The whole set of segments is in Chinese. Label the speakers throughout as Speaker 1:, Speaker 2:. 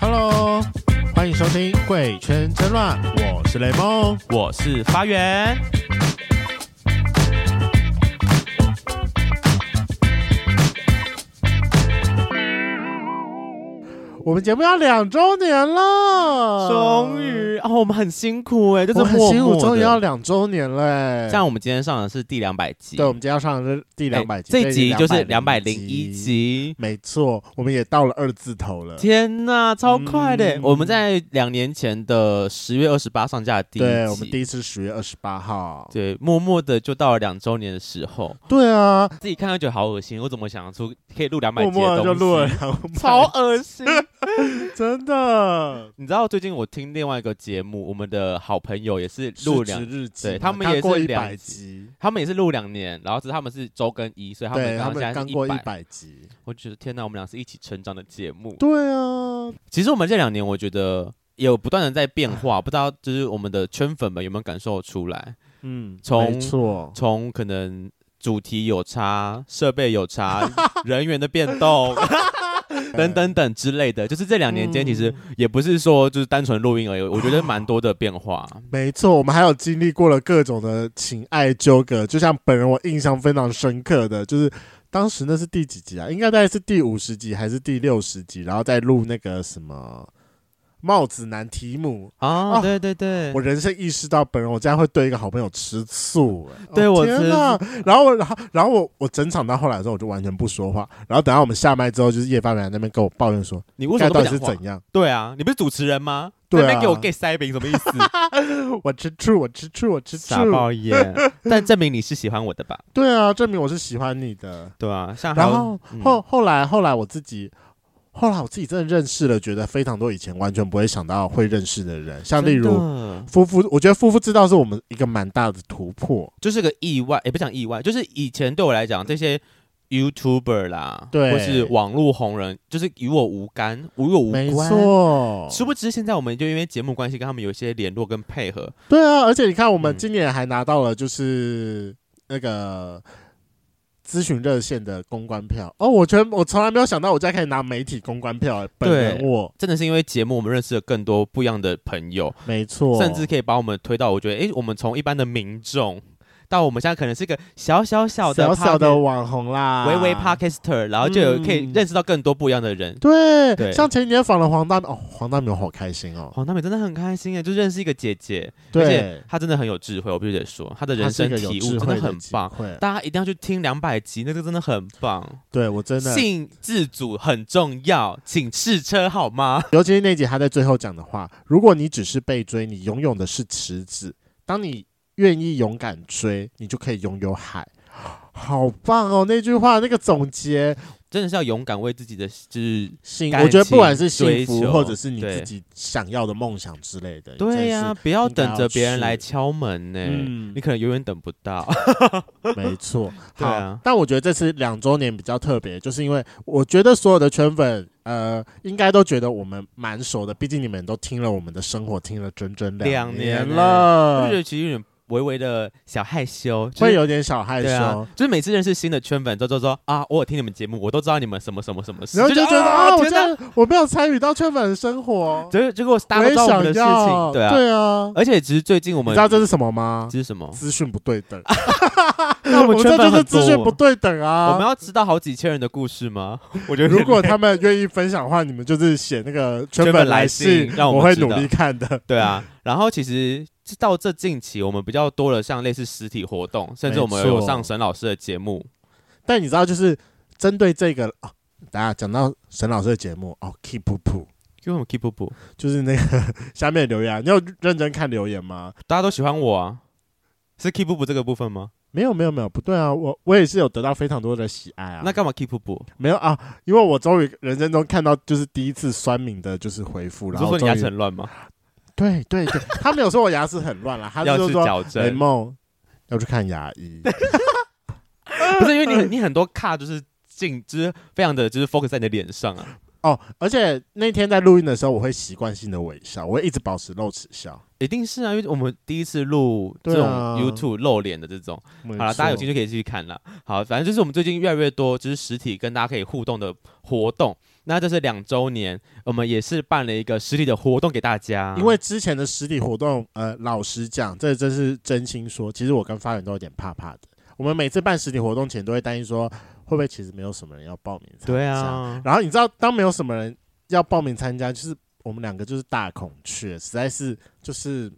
Speaker 1: Hello，欢迎收听《贵圈真乱》，我是雷梦。
Speaker 2: 我是发源。
Speaker 1: 我们节目要两周年了，
Speaker 2: 终于啊，我们很辛苦哎、就是
Speaker 1: 我很
Speaker 2: 默
Speaker 1: 辛
Speaker 2: 默
Speaker 1: 苦，
Speaker 2: 的
Speaker 1: 终于要两周年了、欸。
Speaker 2: 像我们今天上的是第两百集，欸
Speaker 1: 对，我们今天要上的是第两百集，
Speaker 2: 哎这一集就是两百
Speaker 1: 201
Speaker 2: 零一。集。
Speaker 1: 没错，我们也到了二字头了。
Speaker 2: 天呐，超快的、
Speaker 1: 嗯
Speaker 2: 我们在两年前的十月二十八上架的第一集，
Speaker 1: 对，我们第一次十月二十八号。
Speaker 2: 对默默的就到了两周年的时候，
Speaker 1: 对啊，
Speaker 2: 自己看看觉得好恶心，我怎么想得出可以录两百
Speaker 1: 默
Speaker 2: 集
Speaker 1: 默
Speaker 2: 的
Speaker 1: 地
Speaker 2: 东西？
Speaker 1: 就录了两百，
Speaker 2: 超恶心。
Speaker 1: 真的。
Speaker 2: 你知道最近我听另外一个节目，我们的好朋友也是录
Speaker 1: 失
Speaker 2: 两
Speaker 1: 职日记嘛，
Speaker 2: 对他们
Speaker 1: 刚
Speaker 2: 也是
Speaker 1: 过一
Speaker 2: 两
Speaker 1: 百
Speaker 2: 集
Speaker 1: 集，
Speaker 2: 他们也是录两年，然后是他们是周更一，所以他们
Speaker 1: 对他
Speaker 2: 刚
Speaker 1: 们
Speaker 2: 现在
Speaker 1: 刚
Speaker 2: 是
Speaker 1: 过一
Speaker 2: 百。
Speaker 1: 百集。
Speaker 2: 我觉得天哪，我们俩是一起成长的节目。
Speaker 1: 对啊，
Speaker 2: 其实我们这两年，我觉得有不断的在变 化，不知道就是我们的圈粉们有没有感受出来？
Speaker 1: 嗯，
Speaker 2: 从
Speaker 1: 没错，
Speaker 2: 从可能主题有差，设备有 差，人员的变动等等等之类的，就是这两年间，
Speaker 1: 嗯
Speaker 2: 其实也不是说就是单纯录音而已，我觉得蛮多的变 化。
Speaker 1: 没错，我们还有经历过了各种的情爱纠葛，就像本人我印象非常深刻的就是。当时那是第几集啊？应该大概是第五十集还是第六十集？然后再录那个什么帽子男提姆，
Speaker 2: 啊，
Speaker 1: 哦
Speaker 2: 对对对
Speaker 1: 我，人生意识到本人我竟然会对一个好朋友吃醋、哎
Speaker 2: 对
Speaker 1: 哦
Speaker 2: 我
Speaker 1: 天
Speaker 2: 真
Speaker 1: 哪！然后我然后然后我我整场到后来的时候我就完全不说话，然后等到我们下麦之后，就是叶凡来那边跟我抱怨说，
Speaker 2: 你为什
Speaker 1: 该
Speaker 2: 么都
Speaker 1: 到
Speaker 2: 不
Speaker 1: 底是
Speaker 2: 讲话
Speaker 1: 怎？样？
Speaker 2: 对啊，你不是主持人吗？
Speaker 1: 对啊
Speaker 2: 那边给我 gay 塞饼什么意思？
Speaker 1: 我吃醋，我吃醋，我吃醋
Speaker 2: 傻。爆眼！但证明你是喜欢我的吧？
Speaker 1: 对啊，证明我是喜欢你的。
Speaker 2: 对啊，像还有
Speaker 1: 然后、哦
Speaker 2: 嗯
Speaker 1: 后后来后来我自己，后来我自己真的认识了，觉得非常多以前完全不会想到会认识的人，像例
Speaker 2: 真
Speaker 1: 如
Speaker 2: 的
Speaker 1: 夫妇，我觉得夫妇之道是我们一个蛮大的突破。
Speaker 2: 就是个意外，也不讲意外，就是以前对我来讲这些 YouTuber 啦，
Speaker 1: 对
Speaker 2: 或是网络红人，就是与我无干，与我无
Speaker 1: 没
Speaker 2: 关。
Speaker 1: 错，
Speaker 2: 殊不知现在我们就因为节目关系跟他们有一些联络跟配合，
Speaker 1: 对啊，而且你看，我们
Speaker 2: 嗯
Speaker 1: 今年还拿到了就是那个咨询热线的公关票哦，我觉得我从来没有想到我竟然可以拿媒体公关票、哎本人
Speaker 2: 对
Speaker 1: 我
Speaker 2: 真的是因为节目我们认识了更多不一样的朋友，
Speaker 1: 没错，
Speaker 2: 甚至可以把我们推到我觉得，诶，我们从一般的民众到我们现在可能是一个小小小的
Speaker 1: 小小的
Speaker 2: podcast-
Speaker 1: 网红啦，
Speaker 2: 微微 podcaster，然后就有可以
Speaker 1: 嗯
Speaker 2: 认识到更多不一样的人。
Speaker 1: 对，
Speaker 2: 对
Speaker 1: 像前几天访了黄大明哦，黄大明我好开心哦，
Speaker 2: 黄大美真的很开心哎，就认识一个姐姐，而
Speaker 1: 对
Speaker 2: 且，她真的很有智慧，我必须得说，她的人
Speaker 1: 他是一
Speaker 2: 生
Speaker 1: 个有
Speaker 2: 体
Speaker 1: 智
Speaker 2: 悟真
Speaker 1: 慧
Speaker 2: 很
Speaker 1: 机
Speaker 2: 棒。
Speaker 1: 会
Speaker 2: 大家一定要去听两百集，那个真的很棒。
Speaker 1: 对我真的，
Speaker 2: 性自主很重要，请试车好吗？
Speaker 1: 尤其是那集他在最后讲的话，如果你只是被追，你拥有的是池子，当你愿意勇敢追，你就可以拥有海。好棒哦！那句话那个总结，
Speaker 2: 真的是要勇敢为自己的，就是
Speaker 1: 幸
Speaker 2: 感情
Speaker 1: 我觉得不管是幸
Speaker 2: 追
Speaker 1: 福，
Speaker 2: 求
Speaker 1: 或者是你
Speaker 2: 对
Speaker 1: 自己想要的梦想之类的，
Speaker 2: 对呀、哎
Speaker 1: 呀、
Speaker 2: 不要
Speaker 1: 应该
Speaker 2: 等
Speaker 1: 要
Speaker 2: 着别人
Speaker 1: 去
Speaker 2: 来敲门呢、
Speaker 1: 嗯
Speaker 2: 你，可能永远等不到。
Speaker 1: 没错。
Speaker 2: 对
Speaker 1: 好，
Speaker 2: 啊
Speaker 1: 但我觉得这次两周年比较特别，就是因为我觉得所有的圈粉，呃，应该都觉得我们蛮熟的，毕竟你们都听了我们的生活，听了整整
Speaker 2: 两
Speaker 1: 年
Speaker 2: 年我
Speaker 1: 了
Speaker 2: 就觉，得其实有点微微的小害羞，就
Speaker 1: 嗯
Speaker 2: 是
Speaker 1: 会有点小害羞。
Speaker 2: 对啊，就是每次认识新的圈粉，都都说啊，我有听你们节目，我都知道你们什么什么什么事，
Speaker 1: 然后就觉得啊，我
Speaker 2: 哦天
Speaker 1: 这
Speaker 2: 哪，
Speaker 1: 样我没有参与到圈粉的生活，
Speaker 2: 结果结果大
Speaker 1: 我
Speaker 2: 家都
Speaker 1: 也
Speaker 2: 知道我们的
Speaker 1: 想要，
Speaker 2: 事情，对啊，
Speaker 1: 对啊。
Speaker 2: 而且其实最近我
Speaker 1: 你
Speaker 2: 们
Speaker 1: 知道这是什么吗？
Speaker 2: 这是什么？
Speaker 1: 资讯不对 等，
Speaker 2: 那
Speaker 1: 啊我们这就是资讯不
Speaker 2: 我
Speaker 1: 对等啊
Speaker 2: 们。要知道好几千人的故事吗？ 我觉得
Speaker 1: 如果他们愿意分享的话，你们就是写那个圈
Speaker 2: 圈
Speaker 1: 粉
Speaker 2: 粉
Speaker 1: 来
Speaker 2: 来信
Speaker 1: 信，
Speaker 2: 让我
Speaker 1: 我
Speaker 2: 们
Speaker 1: 会
Speaker 2: 知道
Speaker 1: 努力看的。
Speaker 2: 对啊，然后其实到这近期，我们比较多了像类似实体活动，甚至我们有上沈老师的节目，
Speaker 1: 但你知道，就是针对这个哦，大家讲到沈老师的节目哦，keep 噗噗，
Speaker 2: 因为我们 keep up，
Speaker 1: 就是那个 下面留言啊，你有认真看留言吗？
Speaker 2: 大家都喜欢我啊，是 keep up 这个部分吗？
Speaker 1: 没有，没有，没有，不对啊，我我也是有得到非常多的喜爱啊。
Speaker 2: 那干嘛 keep up？
Speaker 1: 没有啊，因为我终于人生中看到就是第一次酸敏的，就是回复，
Speaker 2: 你
Speaker 1: 然
Speaker 2: 是
Speaker 1: 后
Speaker 2: 说你
Speaker 1: 终
Speaker 2: 牙
Speaker 1: 于
Speaker 2: 齿很乱吗？
Speaker 1: 对对对， 他没有说我牙齿很乱啦，他
Speaker 2: 要
Speaker 1: 就
Speaker 2: 去
Speaker 1: 是说
Speaker 2: 矫
Speaker 1: 雷
Speaker 2: 正，
Speaker 1: 梦要去看牙医，
Speaker 2: 不是因为你很你很多卡就是进，就是非常的就是 focus 在你的脸上啊。
Speaker 1: 哦，而且那天在录音的时候，我会习惯性的微笑，我会一直保持露齿笑。
Speaker 2: 一定是啊，因为我们第一次录这
Speaker 1: 对
Speaker 2: 种
Speaker 1: 啊
Speaker 2: YouTube 露脸的这种，
Speaker 1: 没
Speaker 2: 好了，大家有
Speaker 1: 错
Speaker 2: 兴趣可以继续看啦。好，反正就是我们最近越来越多就是实体跟大家可以互动的活动。那这是两周年，我们也是办了一个实体的活动给大家。
Speaker 1: 因为之前的实体活动，呃，老实讲，这真是真心说，其实我跟发源都有点怕怕的。我们每次办实体活动前，都会担心说，会不会其实没有什么人要报名参加？
Speaker 2: 对。啊，
Speaker 1: 然后你知道，当没有什么人要报名参加，就是我们两个就是大孔雀，实在是就是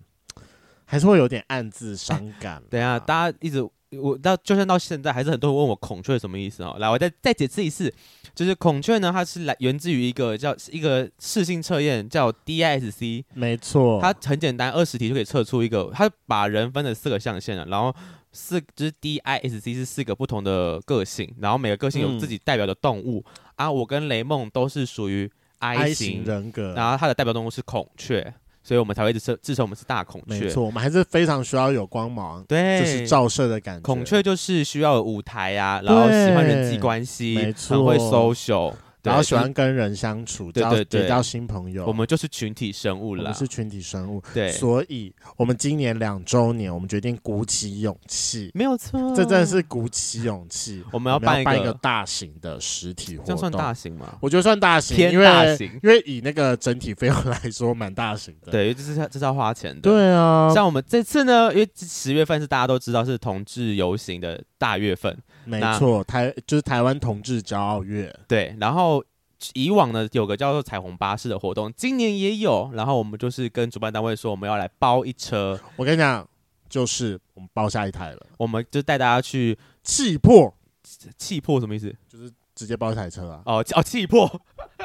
Speaker 1: 还是会有点暗自伤感啦。
Speaker 2: 等一下啊大家一直我到就算到现在，还是很多人问我孔雀什么意思哦。来，我再再解释一次，就是孔雀呢，它是来源自于一个叫一个试性测验叫 DISC，
Speaker 1: 没错，
Speaker 2: 它很简单，二十题就可以测出一个，它把人分成四个象限了，然后四就是 D I S C 是四个不同的个性，然后每个个性有
Speaker 1: 嗯
Speaker 2: 自己代表的动物、啊。我跟雷梦都是属于 I
Speaker 1: I 型
Speaker 2: 型，
Speaker 1: 人格，
Speaker 2: 然后它的代表动物是孔雀，所以我们才会自称自称我们是大孔
Speaker 1: 没
Speaker 2: 雀。
Speaker 1: 错，我们还是非常需要有光芒，
Speaker 2: 对，
Speaker 1: 就是照射的感觉。
Speaker 2: 孔雀就是需要有舞台啊，然后喜欢人际
Speaker 1: 对
Speaker 2: 关系，
Speaker 1: 没
Speaker 2: 很会
Speaker 1: 错
Speaker 2: social，对
Speaker 1: 然后喜
Speaker 2: 就是
Speaker 1: 欢跟人相处，
Speaker 2: 对
Speaker 1: 交
Speaker 2: 对对
Speaker 1: 结交新朋友。
Speaker 2: 我们就是群体生物
Speaker 1: 我
Speaker 2: 啦
Speaker 1: 们，是群体生物，
Speaker 2: 对，
Speaker 1: 所以我们今年两周年，我们决定鼓起勇气，
Speaker 2: 没有错，
Speaker 1: 这真的是鼓起勇气。
Speaker 2: 我们
Speaker 1: 我
Speaker 2: 要
Speaker 1: 们要
Speaker 2: 办
Speaker 1: 办
Speaker 2: 一个
Speaker 1: 大型的实体活
Speaker 2: 这
Speaker 1: 动，
Speaker 2: 样算大型吗？
Speaker 1: 我觉得算大型，
Speaker 2: 偏
Speaker 1: 因为
Speaker 2: 大型
Speaker 1: 因为以那个整体费用来说，蛮大型的。
Speaker 2: 对，因为这是这是要花钱的。，
Speaker 1: 对啊，
Speaker 2: 像我们这次呢，因为十月份是大家都知道是同志游行的大月份，
Speaker 1: 没
Speaker 2: 那
Speaker 1: 错，台就是台湾同志骄傲月，
Speaker 2: 对，然后。以往呢有个叫做彩虹巴士的活动，今年也有。然后我们就是跟主办单位说，我们要来包一车，
Speaker 1: 我跟你讲，就是我们包下一台了，
Speaker 2: 我们就带大家去
Speaker 1: 气魄
Speaker 2: 气魄，什么意思？
Speaker 1: 直接包一台车啊。
Speaker 2: 哦气哦，气魄，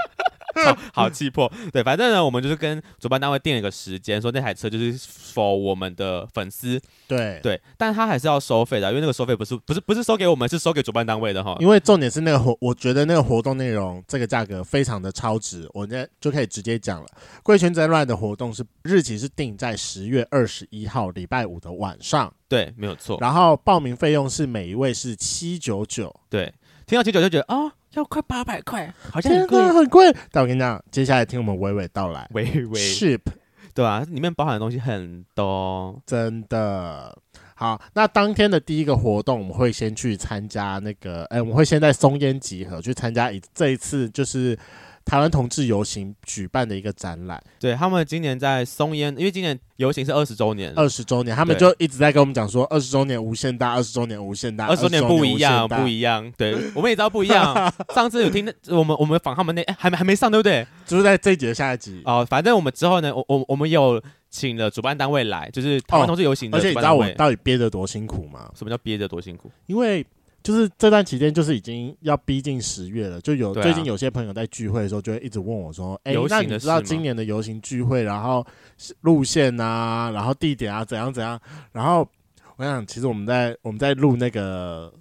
Speaker 2: 好好气魄。对，反正呢，我们就是跟主办单位定了一个时间，说那台车就是 for 我们的粉丝。
Speaker 1: 对，
Speaker 2: 对，但他还是要收费的，啊因为那个收费不是不是不是收给我们，是收给主办单位的哈。
Speaker 1: 因为重点是那个活，我觉得那个活动内容这个价格非常的超值，我现在就可以直接讲了。贵圈真乱的活动是日期是定在十月二十一号礼拜五的晚上，
Speaker 2: 对，没有错。
Speaker 1: 然后报名费用是每一位是七九九，
Speaker 2: 对，听到七九就觉得啊、要快八百块，好像
Speaker 1: 天
Speaker 2: 很贵。
Speaker 1: 呐，很贵。但我跟你讲，接下来听我们娓娓道来
Speaker 2: 喂喂，
Speaker 1: ，ship
Speaker 2: 对啊，里面包含的东西很多。
Speaker 1: 真的。好，那当天的第一个活动，我们会先去参加那个，哎、我们会先在松烟集合去参加一这一次就是台湾同志游行举办的一个展览。
Speaker 2: 对他们今年在松烟，因为今年游行是二十周年，
Speaker 1: 二十周年，他们
Speaker 2: 对
Speaker 1: 就一直在跟我们讲说，二十周年无限大，二十周年无限大，
Speaker 2: 二十周年不一样，不
Speaker 1: 样，
Speaker 2: 一样。对， 我们也知道不一样。 上次有听那我们我们访他们那、哎还没还没上，对不对？
Speaker 1: 就是在这一集的下一集。
Speaker 2: 哦、反正我们之后呢，我我我们有请了主办单位来，就是台湾同志游行的
Speaker 1: 哦而且
Speaker 2: 主
Speaker 1: 你知
Speaker 2: 办
Speaker 1: 道
Speaker 2: 单
Speaker 1: 我
Speaker 2: 位。
Speaker 1: 到底憋得多辛苦吗？
Speaker 2: 什么叫憋着多辛苦？
Speaker 1: 因为就是这段期间，就是已经要逼近十月了，就有、
Speaker 2: 对啊
Speaker 1: 最近有些朋友在聚会的时候，就会一直问我说：“哎、
Speaker 2: 游行
Speaker 1: 那
Speaker 2: 的
Speaker 1: 你知道
Speaker 2: 事吗
Speaker 1: 今年的游行聚会，然后是路线啊，然后地点啊，怎样怎样？”然后我想，其实我们在我们在录那个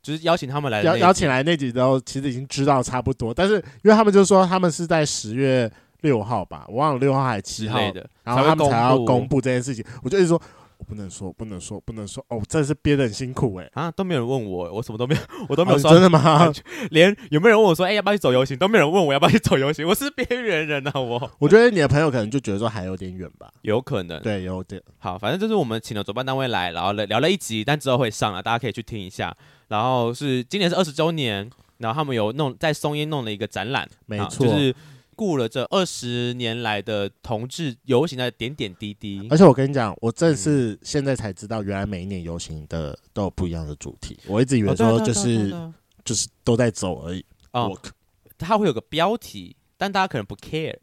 Speaker 2: 就是邀请他们来的
Speaker 1: 邀
Speaker 2: 呃那一
Speaker 1: 邀
Speaker 2: 集
Speaker 1: 请来那集之后，其实已经知道差不多，但是因为他们就说他们是在十月六号吧，我忘了六号还是七
Speaker 2: 之
Speaker 1: 号
Speaker 2: 类，的，
Speaker 1: 然后他
Speaker 2: 会
Speaker 1: 们才要
Speaker 2: 布
Speaker 1: 公布这件事情，我就一直说。我不能说，不能说，不能说哦！真的是憋得很辛苦哎、
Speaker 2: 啊，都没有人问我，我什么都没有， 我
Speaker 1: 都
Speaker 2: 都没有收到
Speaker 1: 哦真的吗
Speaker 2: 完？连有没有人问我说，哎、要不要去走游行，都没有人问我要不要去走游行，我是边缘人啊，我
Speaker 1: 我觉得你的朋友可能就觉得说还有点远吧，
Speaker 2: 有可能。
Speaker 1: 对，有点。
Speaker 2: 好，反正就是我们请了主办单位来，然后聊了一集，但之后会上了，大家可以去听一下。然后是今年是二十周年，然后他们有弄在松烟弄了一个展览，
Speaker 1: 没
Speaker 2: 啊
Speaker 1: 错
Speaker 2: 就是顾了这二十年来的同志游行的点点滴滴
Speaker 1: 而。且我跟你讲，我这
Speaker 2: 嗯
Speaker 1: 是现在才知道，原来每一年游行的都有不一样的主题。我一直以为
Speaker 2: 哦对啊
Speaker 1: 说
Speaker 2: 对啊
Speaker 1: 就
Speaker 2: 对啊对
Speaker 1: 是
Speaker 2: 啊
Speaker 1: 就是都在走而已。
Speaker 2: 哦
Speaker 1: 我
Speaker 2: 它会有个标题，但大家可能不 care。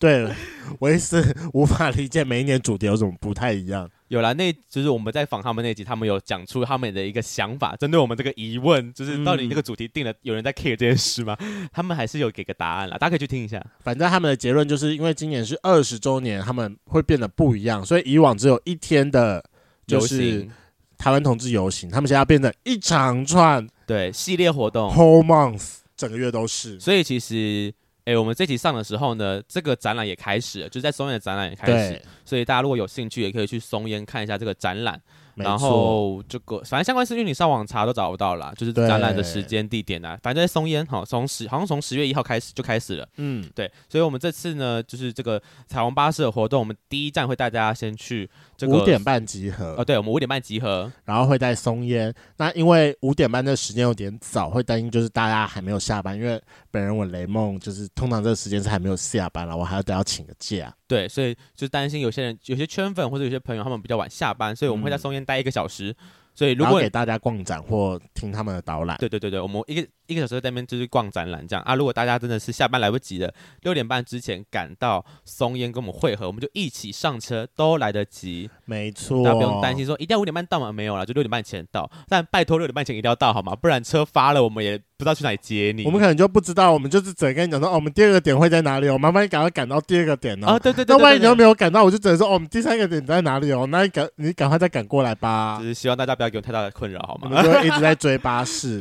Speaker 1: 对 我也是无法理解每一年主题有什么不太一样。
Speaker 2: 有啦，那就是我们在访他们那集，他们有讲出他们的一个想法，针对我们这个疑问，就是到底
Speaker 1: 嗯
Speaker 2: 这个主题定了，有人在 care 这件事吗？他们还是有给个答案啦，大家可以去听一下。
Speaker 1: 反正他们的结论就是因为今年是二十周年，他们会变得不一样，所以以往只有一天的就
Speaker 2: 游
Speaker 1: 是
Speaker 2: 行，
Speaker 1: 台湾同志游行，他们现在要变成一长串
Speaker 2: 对系列活动，
Speaker 1: whole month，整个月都是。
Speaker 2: 所以其实。诶，我们这集上的时候呢，这个展览也开始了，就是在松烟的展览也开始
Speaker 1: 对，，
Speaker 2: 所以大家如果有兴趣，也可以去松烟看一下这个展览。
Speaker 1: 没
Speaker 2: 然
Speaker 1: 错，
Speaker 2: 后这个反正相关资讯你上网查都找不到啦，就是展览的时间、地点啊，反正在松烟哈，从十好像从十月一号开始就开始了，
Speaker 1: 嗯，
Speaker 2: 对，所以我们这次呢，就是这个彩虹巴士的活动，我们第一站会带大家先去这个
Speaker 1: 五点，半集合
Speaker 2: 呃，，对，我们五点半集合，
Speaker 1: 然后会在松烟。那因为五点半的时间有点早，会担心就是大家还没有下班，因为本人我雷梦就是通常这个时间是还没有下班了，我还要得要请个假。
Speaker 2: 对，所以就担心有些人、有些圈粉或者有些朋友他们比较晚下班，所以我们会在
Speaker 1: 嗯
Speaker 2: 松烟待一个小时，所以如
Speaker 1: 然后
Speaker 2: 果
Speaker 1: 给大家逛展或听他们的导览。
Speaker 2: 对对对对，我们一个一个小时在那边就是逛展览这样啊。如果大家真的是下班来不及了，六点半之前赶到松烟跟我们会合，我们就一起上车，都来得及，
Speaker 1: 没
Speaker 2: 大
Speaker 1: 错，
Speaker 2: 家不用担心。说一定要五点半到吗？没有啦，就六点半前到。但拜托六点半前一定要到好吗？不然车发了，我们也不知道去哪里接你。
Speaker 1: 我们可能就不知道，我们就是只能跟你讲说，哦，我们第二个点会在哪里哦，麻烦你赶快赶到第二个点
Speaker 2: 啊，
Speaker 1: 哦。
Speaker 2: 对对对
Speaker 1: 那
Speaker 2: 对
Speaker 1: 万一
Speaker 2: 对
Speaker 1: 你又
Speaker 2: 对
Speaker 1: 没有赶到，我就只能说，哦，我们第三个点在哪里哦？那你赶你赶快再赶过来吧
Speaker 2: 就。是希望大家不要给我太大的困扰好
Speaker 1: 我
Speaker 2: 吗？
Speaker 1: 们就会一直在追巴 士。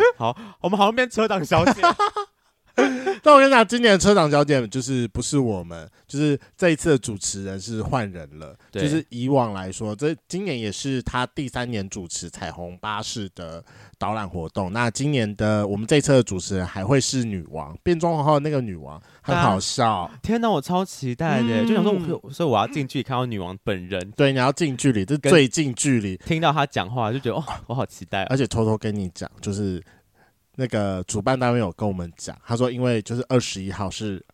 Speaker 2: 我们好像变车长小姐。
Speaker 1: 但我跟你讲，今年的车长小姐就是不是我们，就是这一次的主持人是换人了。
Speaker 2: 对
Speaker 1: 就是以往来说，这今年也是她第三年主持彩虹巴士的导览活动。那今年的我们这一次的主持人还会是女王，变装皇后的那个女王，很
Speaker 2: 大家
Speaker 1: 好笑。
Speaker 2: 天哪，我超期待的，就想说
Speaker 1: 嗯
Speaker 2: 我可以，所以我要近距离看到女王本人，
Speaker 1: 对，你要近距离，这
Speaker 2: 跟
Speaker 1: 最近距离，
Speaker 2: 听到她讲话，就觉得哦，我好期待哦。
Speaker 1: 而且偷偷跟你讲，就是那个主办单位有跟我们讲，他说因为就是二十一号是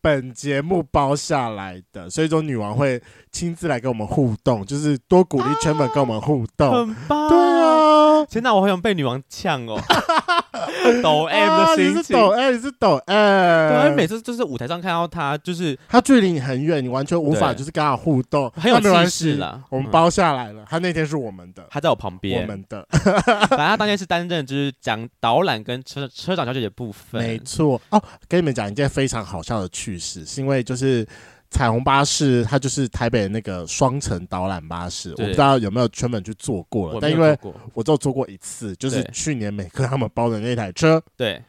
Speaker 1: 本节目包下来的，所以说女王会亲自来跟我们互动，就是多鼓励圈粉跟我们互动。
Speaker 2: 很棒。
Speaker 1: 对，啊，
Speaker 2: 天哪，我好想被女王呛 哦！抖 M
Speaker 1: 啊
Speaker 2: 的
Speaker 1: 你
Speaker 2: 心
Speaker 1: 是
Speaker 2: 情，
Speaker 1: 抖 M，你是抖
Speaker 2: 对啊，因为
Speaker 1: M，
Speaker 2: 每次就是舞台上看到她，就是
Speaker 1: 他距离你很远，你完全无法
Speaker 2: 对
Speaker 1: 就是跟他互动，
Speaker 2: 很有
Speaker 1: 那没关
Speaker 2: 气
Speaker 1: 系
Speaker 2: 势。啦。
Speaker 1: 我们
Speaker 2: 嗯，
Speaker 1: 包下来了，他那天是我们的，
Speaker 2: 她在我旁
Speaker 1: 我
Speaker 2: 边，
Speaker 1: 们的，
Speaker 2: 反正她当天是担任就是讲导览跟车车长小姐的部
Speaker 1: 没
Speaker 2: 分。
Speaker 1: 错哦，跟你们讲一件非常好笑的趣事，是因为就是彩虹巴士，它就是台北的那个双层导览巴士，我不
Speaker 2: 对
Speaker 1: 知道有没有圈粉去坐过了，
Speaker 2: 我
Speaker 1: 但
Speaker 2: 没有
Speaker 1: 因为
Speaker 2: 做过
Speaker 1: 我只有坐过一次，就是
Speaker 2: 对
Speaker 1: 去年美克他们包的那台车。
Speaker 2: 对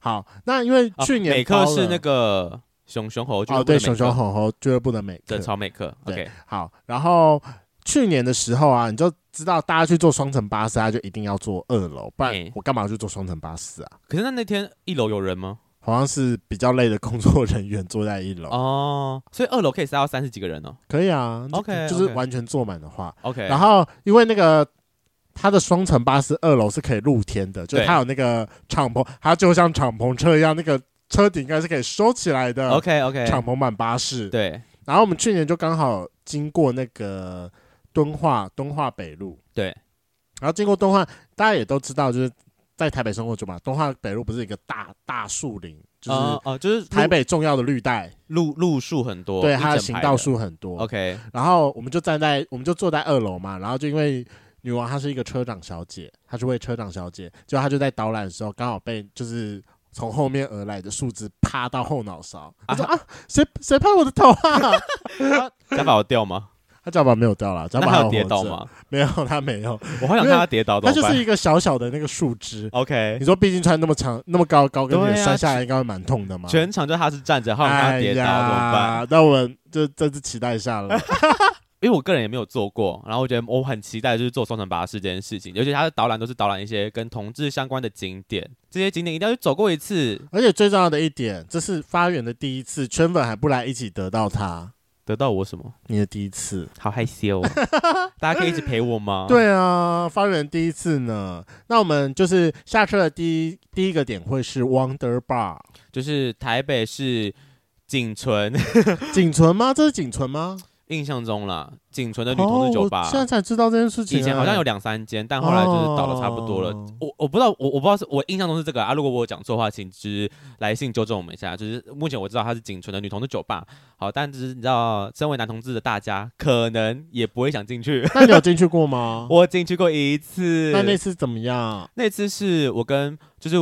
Speaker 1: 好，那因为
Speaker 2: 啊
Speaker 1: 去年
Speaker 2: 美克
Speaker 1: 包
Speaker 2: 是
Speaker 1: 了
Speaker 2: 那个熊熊猴俱乐
Speaker 1: 哦，
Speaker 2: 部
Speaker 1: 对，
Speaker 2: 的美克，
Speaker 1: 熊熊吼吼俱乐部的美
Speaker 2: 的
Speaker 1: 克，
Speaker 2: 草美克。
Speaker 1: 对
Speaker 2: OK，
Speaker 1: 好，然后。去年的时候啊，你就知道大家去坐双层巴士，他就一定要坐二楼，不然
Speaker 2: 嗯
Speaker 1: 我干嘛去坐双层巴士啊？
Speaker 2: 可是那那天一楼有人吗？
Speaker 1: 好像是比较累的工作人员坐在一楼，
Speaker 2: 哦，所以二楼可以塞到三十几个人哦。
Speaker 1: 可以啊就
Speaker 2: OK，
Speaker 1: 就是
Speaker 2: OK
Speaker 1: 完全坐满的话。
Speaker 2: OK，
Speaker 1: 然后因为那个它的双层巴士二楼是可以露天的，就是
Speaker 2: 对
Speaker 1: 它有那个敞篷，它就像敞篷车一样，那个车顶应该是可以收起来的。
Speaker 2: OK OK，
Speaker 1: 敞篷版巴士。
Speaker 2: 对
Speaker 1: 然后我们去年就刚好经过那个敦化敦化北路，
Speaker 2: 对，
Speaker 1: 然后经过敦化，大家也都知道，就是在台北生活久嘛，敦化北路不是一个大大树林，就是
Speaker 2: 哦哦，就是
Speaker 1: 台
Speaker 2: 路
Speaker 1: 北重要的绿带，
Speaker 2: 路路数很多，
Speaker 1: 对，
Speaker 2: 一
Speaker 1: 它的
Speaker 2: 整
Speaker 1: 行
Speaker 2: 排
Speaker 1: 道
Speaker 2: 的。
Speaker 1: 树很多。
Speaker 2: OK，
Speaker 1: 然后我们就站在，我们就坐在二楼嘛，然后就因为女王她是一个车长小姐，她是位车长小姐，就她就在导览的时候刚好被就是从后面而来的树枝啪到后脑勺，她说啊，谁谁拍我的头啊？
Speaker 2: 想把我 掉吗？
Speaker 1: 她脚板没有掉啦，脚
Speaker 2: 那
Speaker 1: 板
Speaker 2: 他
Speaker 1: 还
Speaker 2: 有跌
Speaker 1: 活
Speaker 2: 倒
Speaker 1: 着？
Speaker 2: 吗？
Speaker 1: 没有， 她没有，
Speaker 2: 我好想看他跌倒，
Speaker 1: 她
Speaker 2: 怎
Speaker 1: 就
Speaker 2: 么
Speaker 1: 是
Speaker 2: 办
Speaker 1: 一个小小的那个树枝。
Speaker 2: ？OK，
Speaker 1: 你说，毕竟穿那么长、那么高的高跟
Speaker 2: 对
Speaker 1: 鞋
Speaker 2: 啊
Speaker 1: 摔下来，应该会蛮痛的嘛。
Speaker 2: 全场就他是站着，好想看他
Speaker 1: 哎
Speaker 2: 跌倒，怎么办？
Speaker 1: 呀，那我们就这次期待一下了。
Speaker 2: 因为我个人也没有坐过，然后我觉得哦我很期待就是坐双层巴士这件事情，尤其他的导览都是导览一些跟同志相关的景点，这些景点一定要去走过一次，
Speaker 1: 而且最重要的一点，这是发源的第一次，圈粉还不来一起得到它，
Speaker 2: 得到我什么？
Speaker 1: 你的第一次。
Speaker 2: 好害 羞哦，大家可以一起陪我吗？，
Speaker 1: 对啊，发源第一次呢。那我们就是下车的第一第一个点会是 Wonder Bar，
Speaker 2: 就是台北市仅存
Speaker 1: 仅存吗？这是仅存吗？
Speaker 2: 印象中啦，仅存的女同志酒吧
Speaker 1: 哦，我现在才知道这件事情、啊
Speaker 2: 以前好像有，两三间，但后来就是倒的差不多了。
Speaker 1: 哦
Speaker 2: 我我不知道，我我不知道是我印象中是这个啊。如果我有讲错的话，请就是来信纠正我们一下。就是目前我知道它是仅存的女同志酒吧，好，但只是你知道，身为男同志的大家可能也不会想进去。
Speaker 1: 那你有进去过吗？
Speaker 2: 我进去过一次，
Speaker 1: 哦那那次怎么样？
Speaker 2: 那次是我跟就是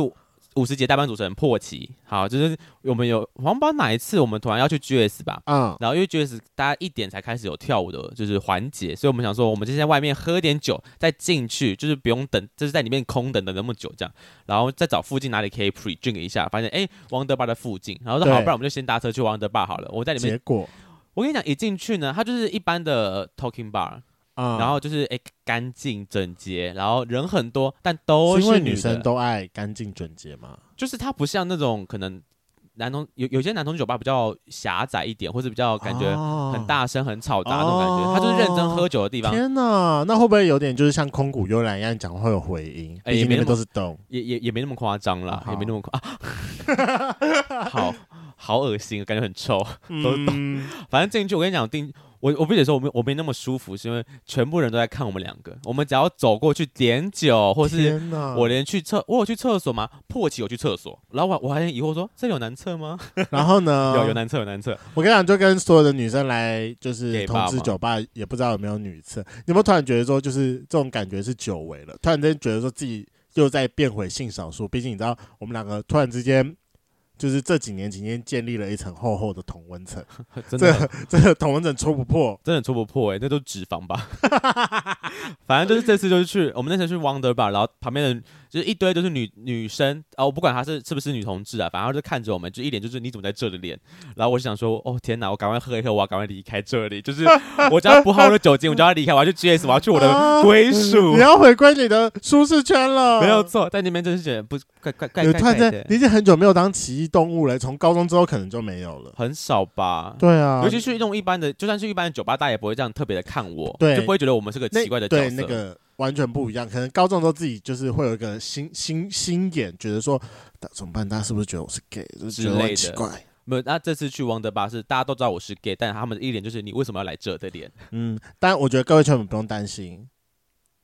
Speaker 2: 五十节代班主持人破奇，好，就是我们有黄宝哪一次我们突然要去 GS 吧，
Speaker 1: 嗯，
Speaker 2: 然后因为 JS 大家一点才开始有跳舞的，就是环节，所以我们想说，我们就先在外面喝点酒，再进去，就是不用等，就是在里面空等等那么久这样，然后再找附近哪里可以 pre drink 一下，发现哎，王德巴的附近，然后说
Speaker 1: 对
Speaker 2: 好，不然我们就先搭车去王德巴好了。我在里面，
Speaker 1: 结果
Speaker 2: 我跟你讲，一进去呢，它就是一般的 talking bar，
Speaker 1: 啊
Speaker 2: 然后就是哎干净整洁，然后人很多，但都
Speaker 1: 是因为
Speaker 2: 女
Speaker 1: 女生
Speaker 2: 的
Speaker 1: 都爱干净整洁嘛，
Speaker 2: 就是它不像那种可能男同有有些男同酒吧比较狭窄一点，或者比较感
Speaker 1: 哦
Speaker 2: 觉很
Speaker 1: 很。
Speaker 2: 大声、很吵杂那种感觉，它就是认真喝酒的地方，
Speaker 1: 哦天啊哪，那会不会有点就是像空谷幽兰一样讲话会有回音？
Speaker 2: 哎
Speaker 1: 毕
Speaker 2: 也
Speaker 1: 竟那
Speaker 2: 没
Speaker 1: 边
Speaker 2: 那么
Speaker 1: 都是洞。
Speaker 2: 也也也没那么夸张啦，
Speaker 1: 哦
Speaker 2: 也没那么夸、 啊，好好恶心，感觉很臭。都是
Speaker 1: 嗯，
Speaker 2: 反正进去，我跟你讲，定我我不得说我没我没那么舒服，是因为全部人都在看我们两个，我们只要走过去点酒，或是。
Speaker 1: 天啊哪！
Speaker 2: 我连去厕，我有去厕所吗？破奇有去厕所，然后我我还疑惑说，这里有男厕吗？
Speaker 1: 然后呢？
Speaker 2: 有有男厕有男厕，
Speaker 1: 我跟你讲，就跟所有的女生来就是
Speaker 2: 给
Speaker 1: 同
Speaker 2: 爸
Speaker 1: 志
Speaker 2: 嘛
Speaker 1: 酒吧，也不知道有没有女厕。你有没有突然觉得说，就是这种感觉是久违了？突然间觉得说自己又在变回性少数。毕竟你知道，我们两个突然之间就是这几年期间建立了一层厚厚的同温层，
Speaker 2: 真
Speaker 1: 这
Speaker 2: 的
Speaker 1: 个这个同温层戳不破。
Speaker 2: 真的戳不破哎、欸，那都是脂肪吧。 反正就是这次就是去我们那次去 Wonder Bar，然后旁边的就是一堆都是女女生啊，我不管她是是不是女同志啊，反正她就看着我们，就一脸就是你怎么在这的脸。然后我就想说，哦天哪，我赶快喝一喝，我要赶快离开这里，就是我只要不喝我的酒精，我就要离开，我要去 GS，我要去 我的归属
Speaker 1: 啊你。要回归你的舒适圈了，
Speaker 2: 没有。错，在那边真是觉得不怪怪怪
Speaker 1: 你
Speaker 2: 怪
Speaker 1: 突然
Speaker 2: 怪
Speaker 1: 间
Speaker 2: 的，，
Speaker 1: 你已经很久没有当奇异动物了，从高中之后可能就没有了。
Speaker 2: 很少吧。
Speaker 1: 对啊，
Speaker 2: 尤其是那种一般的，就算是一般的酒吧，大家也不会这样特别的看我，
Speaker 1: 对
Speaker 2: 就不会觉得我们是个
Speaker 1: 那
Speaker 2: 奇怪的角色。
Speaker 1: 对那个完全不一样。可能高中的时候自己就是会有一个心心心眼，觉得说大怎么办？大家是不是觉得我是 gay？就是觉得我很奇怪。
Speaker 2: 没有，那这次去王德巴是大家都知道我是 gay，但他们一脸就是你为什么要来这的脸。
Speaker 1: 嗯，但我觉得各位圈粉不用担心，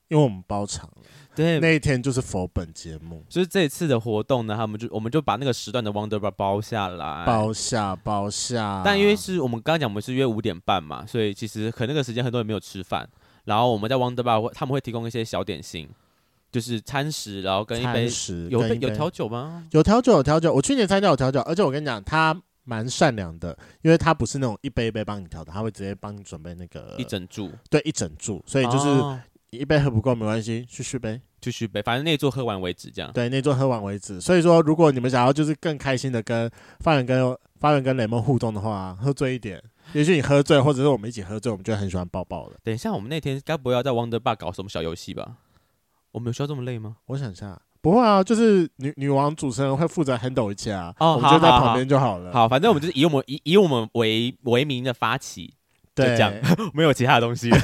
Speaker 1: 因为我们包场了。
Speaker 2: 对
Speaker 1: 那一天就是否本节目
Speaker 2: 就是这一次的活动呢，他们就我们就把那个时段的 Wonder Bar 包下来。
Speaker 1: 包下包下，
Speaker 2: 哎但因为是我们刚刚讲我们是约五点半嘛，所以其实可能那个时间很多人没有吃饭。然后我们在 Wonder Bar 会他们会提供一些小点心，就是餐食，然后跟一杯
Speaker 1: 餐食
Speaker 2: 有
Speaker 1: 跟
Speaker 2: 杯
Speaker 1: 一
Speaker 2: 有
Speaker 1: 杯
Speaker 2: 调酒吗？
Speaker 1: 有调酒有调酒，我去年参加有调酒，而且我跟你讲他。蛮善良的，因为他不是那种一杯一杯帮你调的，他会直接帮你准备那个
Speaker 2: 一整注，
Speaker 1: 对一整注，所以就是
Speaker 2: 哦
Speaker 1: 一杯喝不够没关系，去续杯。
Speaker 2: 继续杯，反正那一桌喝完为止这样。
Speaker 1: 对，那桌喝完为止。所以说，如果你们想要就是更开心的跟发源跟发源跟雷蒙互动的话，喝醉一点，也许你喝醉，或者是我们一起喝醉，我们就会很喜欢抱抱的。
Speaker 2: 等一下，我们那天该不会要在 Wonder Bar 搞什么小游戏吧？我们有需要这么累吗？
Speaker 1: 我想一下，不会啊，就是女女王主持人会负责 handle 一切啊，
Speaker 2: 哦
Speaker 1: 我们就在
Speaker 2: 好好
Speaker 1: 旁边就好了。
Speaker 2: 好，反正我们就是以我们以以我们为为名的 发起，就
Speaker 1: 对
Speaker 2: 这，样没有其他的东西了。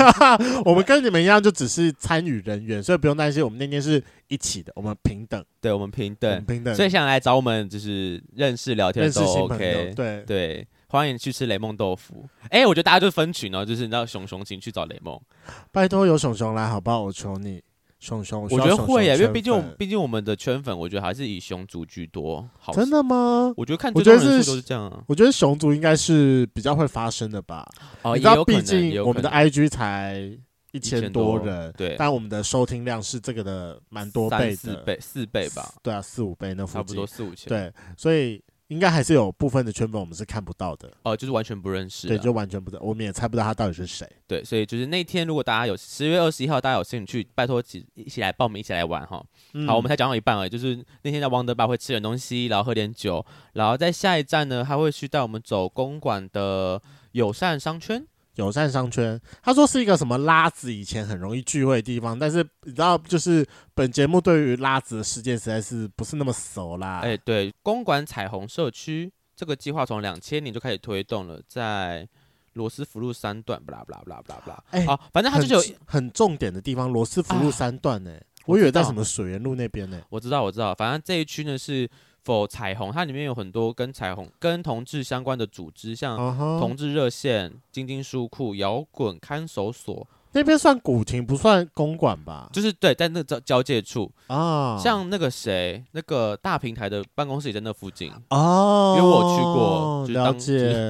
Speaker 1: 我们跟你们一样，就只是参与人员，所以不用担心，我们那天是一起的，我们平等，
Speaker 2: 对，我们平
Speaker 1: 我
Speaker 2: 等
Speaker 1: 们，平等，
Speaker 2: 所以想来找我们就是认识聊天
Speaker 1: 认
Speaker 2: 都
Speaker 1: 识新朋友，
Speaker 2: OK。
Speaker 1: 对。
Speaker 2: 对，欢迎去吃雷梦豆腐。哎、我觉得大家就分群哦，就是你知道熊熊请去找雷梦，
Speaker 1: 拜托有熊熊来好不好？我求你，熊熊，需
Speaker 2: 我
Speaker 1: 要
Speaker 2: 觉得
Speaker 1: 熊
Speaker 2: 会耶，
Speaker 1: 熊
Speaker 2: 因为毕
Speaker 1: 圈
Speaker 2: 竟我
Speaker 1: 粉
Speaker 2: 们毕竟我们的圈粉，我觉得还是以熊族居多。好，
Speaker 1: 真，的吗？
Speaker 2: 我觉得看
Speaker 1: 我
Speaker 2: 追踪
Speaker 1: 觉得
Speaker 2: 人
Speaker 1: 是
Speaker 2: 数都是这样啊。
Speaker 1: 我觉得熊族应该是比较会发生的吧，
Speaker 2: 哦，
Speaker 1: 你知
Speaker 2: 也
Speaker 1: 道，
Speaker 2: 有可
Speaker 1: 毕
Speaker 2: 能，也
Speaker 1: 竟
Speaker 2: 有
Speaker 1: 我
Speaker 2: 可
Speaker 1: 们的
Speaker 2: 能
Speaker 1: IG 才一千多人，
Speaker 2: 对，
Speaker 1: 但我们的收听量是这个的蛮多
Speaker 2: 三
Speaker 1: 倍
Speaker 2: 四
Speaker 1: 的，
Speaker 2: 倍四倍吧，
Speaker 1: 对啊，四五倍那
Speaker 2: 差
Speaker 1: 附
Speaker 2: 不
Speaker 1: 近，
Speaker 2: 多四五千。，
Speaker 1: 对，所以应该还是有部分的圈粉我们是看不到的，
Speaker 2: 哦、就是完全不认识啊、
Speaker 1: 对，就完全不知道，我们也猜不到他到底是谁。
Speaker 2: 对，所以就是那天，如果大家有十月二十一号，大家有兴趣，拜托起一起来报名，一起来玩哈。
Speaker 1: 嗯
Speaker 2: 好，我们才讲到一半而已，就是那天在 Wonder Bar 会吃点东西，然后喝点酒，然后在下一站呢，他会去带我们走公馆的友善商圈。
Speaker 1: 友善商圈，他说是一个什么拉子以前很容易聚会的地方，但是你知道，就是本节目对于拉子的世界实在是不是那么熟啦。
Speaker 2: 哎、对，公馆彩虹社区这个计划从两千年就开始推动了，在罗斯福路三段，不啦不啦不啦不啦不啦。
Speaker 1: 哎
Speaker 2: 好，反正他
Speaker 1: 很
Speaker 2: 就是有
Speaker 1: 重很重点的地方，罗斯福路
Speaker 2: 啊
Speaker 1: 三段呢、
Speaker 2: 我
Speaker 1: 我以为
Speaker 2: 知
Speaker 1: 在
Speaker 2: 道
Speaker 1: 什么水源路那边呢、
Speaker 2: 我知道，我知道，反正这一区呢是否彩虹，它里面有很多跟彩虹、跟同志相关的组织，像
Speaker 1: 啊哈
Speaker 2: 嗯同志热线、晶晶书库、摇滚看守所，
Speaker 1: 那边算古亭，不算公馆吧？
Speaker 2: 就是对，在那交交界处，
Speaker 1: 啊，
Speaker 2: 像那个谁，那个大平台的办公室也在那附近，
Speaker 1: 哦，
Speaker 2: 因为我有去过就是
Speaker 1: 了
Speaker 2: 当就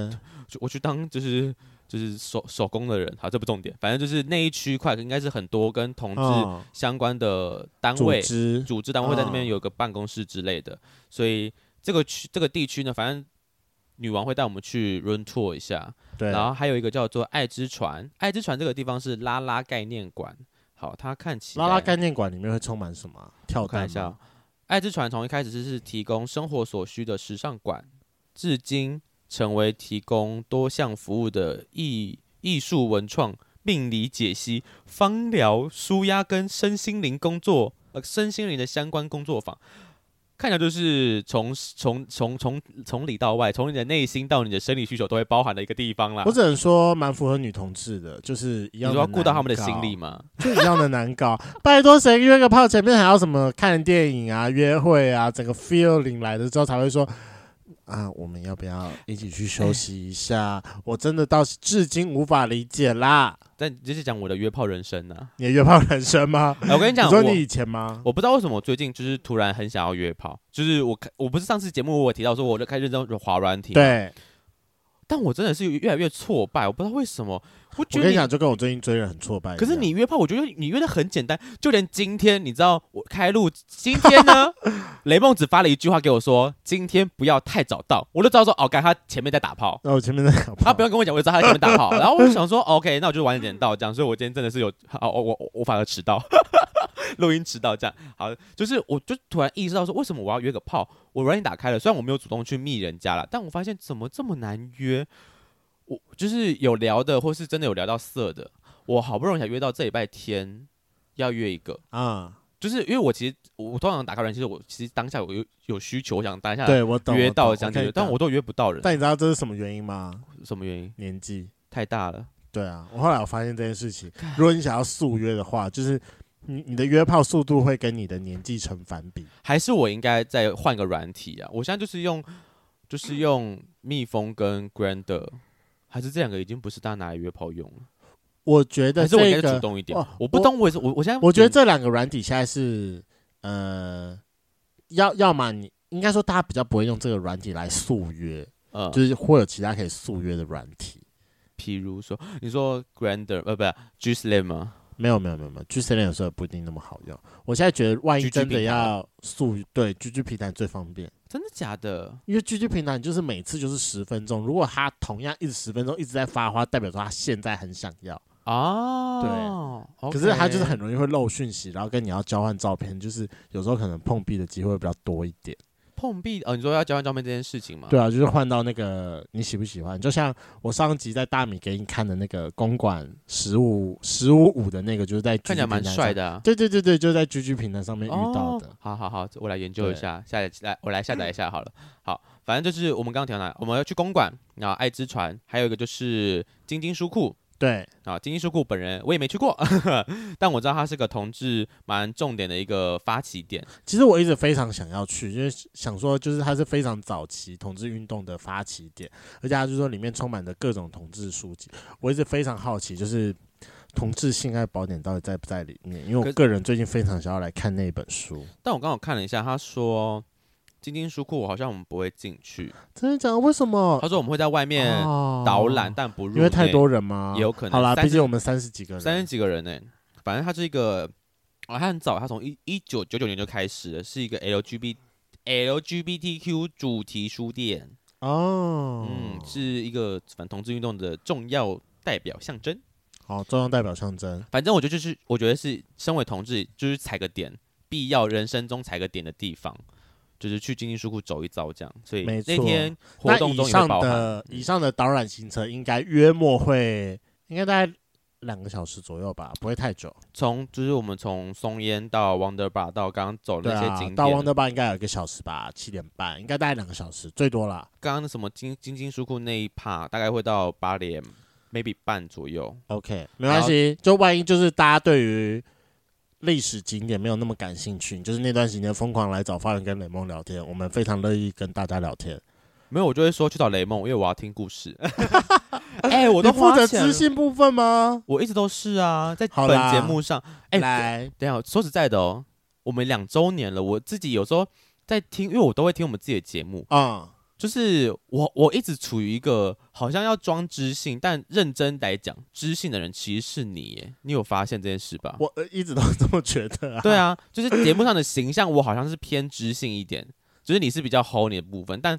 Speaker 1: 解。
Speaker 2: 就我去当就是。就是手手工的人，好，这不重点，反正就是那一区块应该是很多跟同志
Speaker 1: 嗯，
Speaker 2: 相关的单
Speaker 1: 组
Speaker 2: 位，
Speaker 1: 织哦
Speaker 2: 组织单位在那边
Speaker 1: 嗯
Speaker 2: 有个办公室之类的，所以这个区这个地区呢，反正女王会带我们去 run tour 一下，
Speaker 1: 对，
Speaker 2: 然后还有一个叫做爱之船，爱之船这个地方是拉拉概念馆，好，它看起来
Speaker 1: 拉拉概念馆里面会充满什么啊？跳
Speaker 2: 我看
Speaker 1: 蛋
Speaker 2: 一
Speaker 1: 吗
Speaker 2: 下哦，爱之船从一开始是提供生活所需的时尚馆，至今成为提供多项服务的艺艺术文创命理解析、芳疗、舒压跟身心灵工作，呃，身心灵的相关工作坊。看起来就是从从从从从里到外，从你的内心到你的生理需求都会包含的一个地方啦
Speaker 1: 我。只能说蛮符合女同志的，就是一
Speaker 2: 你
Speaker 1: 样
Speaker 2: 说
Speaker 1: 的
Speaker 2: 要顾到他们的
Speaker 1: 难
Speaker 2: 心
Speaker 1: 搞
Speaker 2: 理嘛？
Speaker 1: 就一样的难搞。拜托，谁约个炮前面还要什么看电影啊、约会啊，整个 feeling 来了之后才会说啊，我们要不要一起去休息一下？我真的到至今无法理解啦。
Speaker 2: 但你就是讲我的约炮人生呐、啊
Speaker 1: 你的约炮人生吗？
Speaker 2: 哎我跟你
Speaker 1: 你
Speaker 2: 讲，
Speaker 1: 说
Speaker 2: 我
Speaker 1: 你以前吗？
Speaker 2: 我不知道为什么我最近就是突然很想要约炮，就是我看我不是上次节目我有提到说我就开始认真滑软体，，
Speaker 1: 对，
Speaker 2: 但我真的是越来越挫败，我不知道为什么，我
Speaker 1: 我
Speaker 2: 觉
Speaker 1: 跟
Speaker 2: 得
Speaker 1: 你
Speaker 2: 你
Speaker 1: 讲，就跟我最近追人很挫败一样。
Speaker 2: 可是你约炮，我觉得你约的很简单，就连今天你知道我开录，今 天呢，雷梦只发了一句话给我说，今天不要太早到，我就知道说哦，该他前面在打炮。
Speaker 1: 那我哦前面在讲
Speaker 2: 他
Speaker 1: 炮
Speaker 2: 不用跟我讲，我就知道他在前面打炮。然后我就想说，OK，那我就晚一点到这样。所以我今天真的是有，哦，我我我反而迟到， 录音迟到这样。好，就是我就突然意识到说，为什么我要约个炮？我软件打开了，虽然我没有主动去密人家了，但我发现怎么这么难约？我就是有聊的，或是真的有聊到色的，我好不容易才约到这礼拜天要约一个，
Speaker 1: 啊，
Speaker 2: 就是因为我其实我我通常打开软件，其实我其实当下我有有需求，我想当下
Speaker 1: 对我懂。
Speaker 2: 呃约
Speaker 1: 我懂
Speaker 2: 到这样
Speaker 1: 我可以
Speaker 2: 子，但
Speaker 1: 懂
Speaker 2: 我都约不到人，
Speaker 1: 但你知道这是什么原因吗？
Speaker 2: 什么原因？
Speaker 1: 年纪。
Speaker 2: 太大了。
Speaker 1: 对啊，我后来我发现这件事 情，如果你想要速约的话，就是你你的约炮速度会跟你的年纪成反比。
Speaker 2: 还是我应该再换个软体啊？我现在就是用，就是用蜜蜂跟 Grander，还是这两个已经不是大家拿来约炮用了？
Speaker 1: 我觉得
Speaker 2: 还是我应
Speaker 1: 这
Speaker 2: 该主
Speaker 1: 个，
Speaker 2: 动一点
Speaker 1: 哇？
Speaker 2: 我不懂，我也是我我现在
Speaker 1: 我觉得这两个软体现在是呃，要要么你应该说大家比较不会用这个软体来速约，
Speaker 2: 呃，
Speaker 1: 就是会有其他可以速约的软体。
Speaker 2: 譬如说你说 Grander 呃不是 G Slam 吗？
Speaker 1: 没有没有没有没有，G C N 有时候也不一定那么好用。我现在觉得，万一
Speaker 2: GG
Speaker 1: 真的
Speaker 2: 平台
Speaker 1: 要速对 G G 平台最方便。
Speaker 2: 真的假的？
Speaker 1: 因为 GG 平台就是每次就是十分钟，如果他同样一直十分钟一直在发花，代表说他现在很想要，
Speaker 2: 哦，对
Speaker 1: 可是他就是很容易会漏讯息，然后跟你要交换照片，就是有时候可能碰壁的机会会比较多一点。
Speaker 2: 碰壁哦。你说要交换照片这件事情吗？
Speaker 1: 对啊，就是换到那个你喜不喜欢，就像我上集在大米给你看的那个公馆十五十五五的那个，就是在 GG
Speaker 2: 看起来蛮
Speaker 1: 平台
Speaker 2: 帅
Speaker 1: 上。
Speaker 2: 的啊。
Speaker 1: 对对对对，就在 GG 平台上面遇到的
Speaker 2: 哦。好好好，我来研究一
Speaker 1: 对
Speaker 2: 下，下载来我来下载一下好了。好，反正就是我们刚刚提到哪，我们要去公馆，然后爱之船，还有一个就是晶晶书库
Speaker 1: 对，
Speaker 2: 啊。晶晶书库本人我也没去过， 但我知道它是个同志蛮重点的一个发起点。
Speaker 1: 其实我一直非常想要去，因为想说就是它是非常早期同志运动的发起点，而且它就是说里面充满着各种同志书籍。我一直非常好奇，就是同志性爱宝典到底在不在里面？因为
Speaker 2: 可
Speaker 1: 我个人最近非常想要来看那本书。
Speaker 2: 但我刚好看了一下，他说晶晶书库好像我们不会进去，
Speaker 1: 真的假的？为什么
Speaker 2: 他？说我们会在外面
Speaker 1: 哦
Speaker 2: 导览，，但不入内，
Speaker 1: 因为太多人吗？
Speaker 2: 也有可能
Speaker 1: 好啦，
Speaker 2: 30
Speaker 1: 毕竟我们三十几个人，
Speaker 2: 三十几个人呢、反正他是一个，啊，他很早，他从一一九九九年就开始了，是一个 LGBT LGBTQ 主题书店，
Speaker 1: 哦，
Speaker 2: 嗯，是一个反同志运动的重要代表象征。
Speaker 1: 好，中央代表象征。
Speaker 2: 反正我觉得就是，我觉得是身为同志，就是踩个点，必要人生中踩个点的地方，就是去经济书库走一遭这样。所以
Speaker 1: 没
Speaker 2: 那
Speaker 1: 错
Speaker 2: 天活
Speaker 1: 那
Speaker 2: 动
Speaker 1: 以
Speaker 2: 中也会
Speaker 1: 上
Speaker 2: 包含。嗯
Speaker 1: 的以上的导览行程应该约莫会，应该大概两个小时左右吧，不会太久。
Speaker 2: 从就是我们从松烟到 Wonder Bar 到刚刚走的
Speaker 1: 对
Speaker 2: 那些
Speaker 1: 啊
Speaker 2: 景，点，
Speaker 1: 到汪德巴应该有一个小时吧，七点半，应该大概两个小时最多啦。
Speaker 2: 刚刚那什么金金金书库那一趴，大概会到八点，maybe 半左右。
Speaker 1: OK，没关系，就万一就是大家对于历史景点没有那么感兴趣，你就是那段时间疯狂来找发源跟雷蒙聊天，我们非常乐意跟大家聊天。
Speaker 2: 没有，我就会说去找雷梦，因为我要听 故事。哎、我
Speaker 1: 我
Speaker 2: 都
Speaker 1: 负
Speaker 2: 花
Speaker 1: 责
Speaker 2: 钱
Speaker 1: 资
Speaker 2: 了，
Speaker 1: 讯部分吗？
Speaker 2: 我一直都是啊，在
Speaker 1: 好
Speaker 2: 本
Speaker 1: 啦
Speaker 2: 节目上。哎、
Speaker 1: 来，
Speaker 2: 等一下，说实在的哦，我们两周年了，我自己有时候在听，因为我都会听我们自己的节目，
Speaker 1: 嗯，
Speaker 2: 就是我我一直处于一个好像要装知性，但认真来讲，知性的人其实是你耶，你有发现这件事吧？
Speaker 1: 我呃一直都这么觉得啊。
Speaker 2: 对啊，就是节目上的形象，我好像是偏知性一点，就是你是比较 h o l 你的部分，但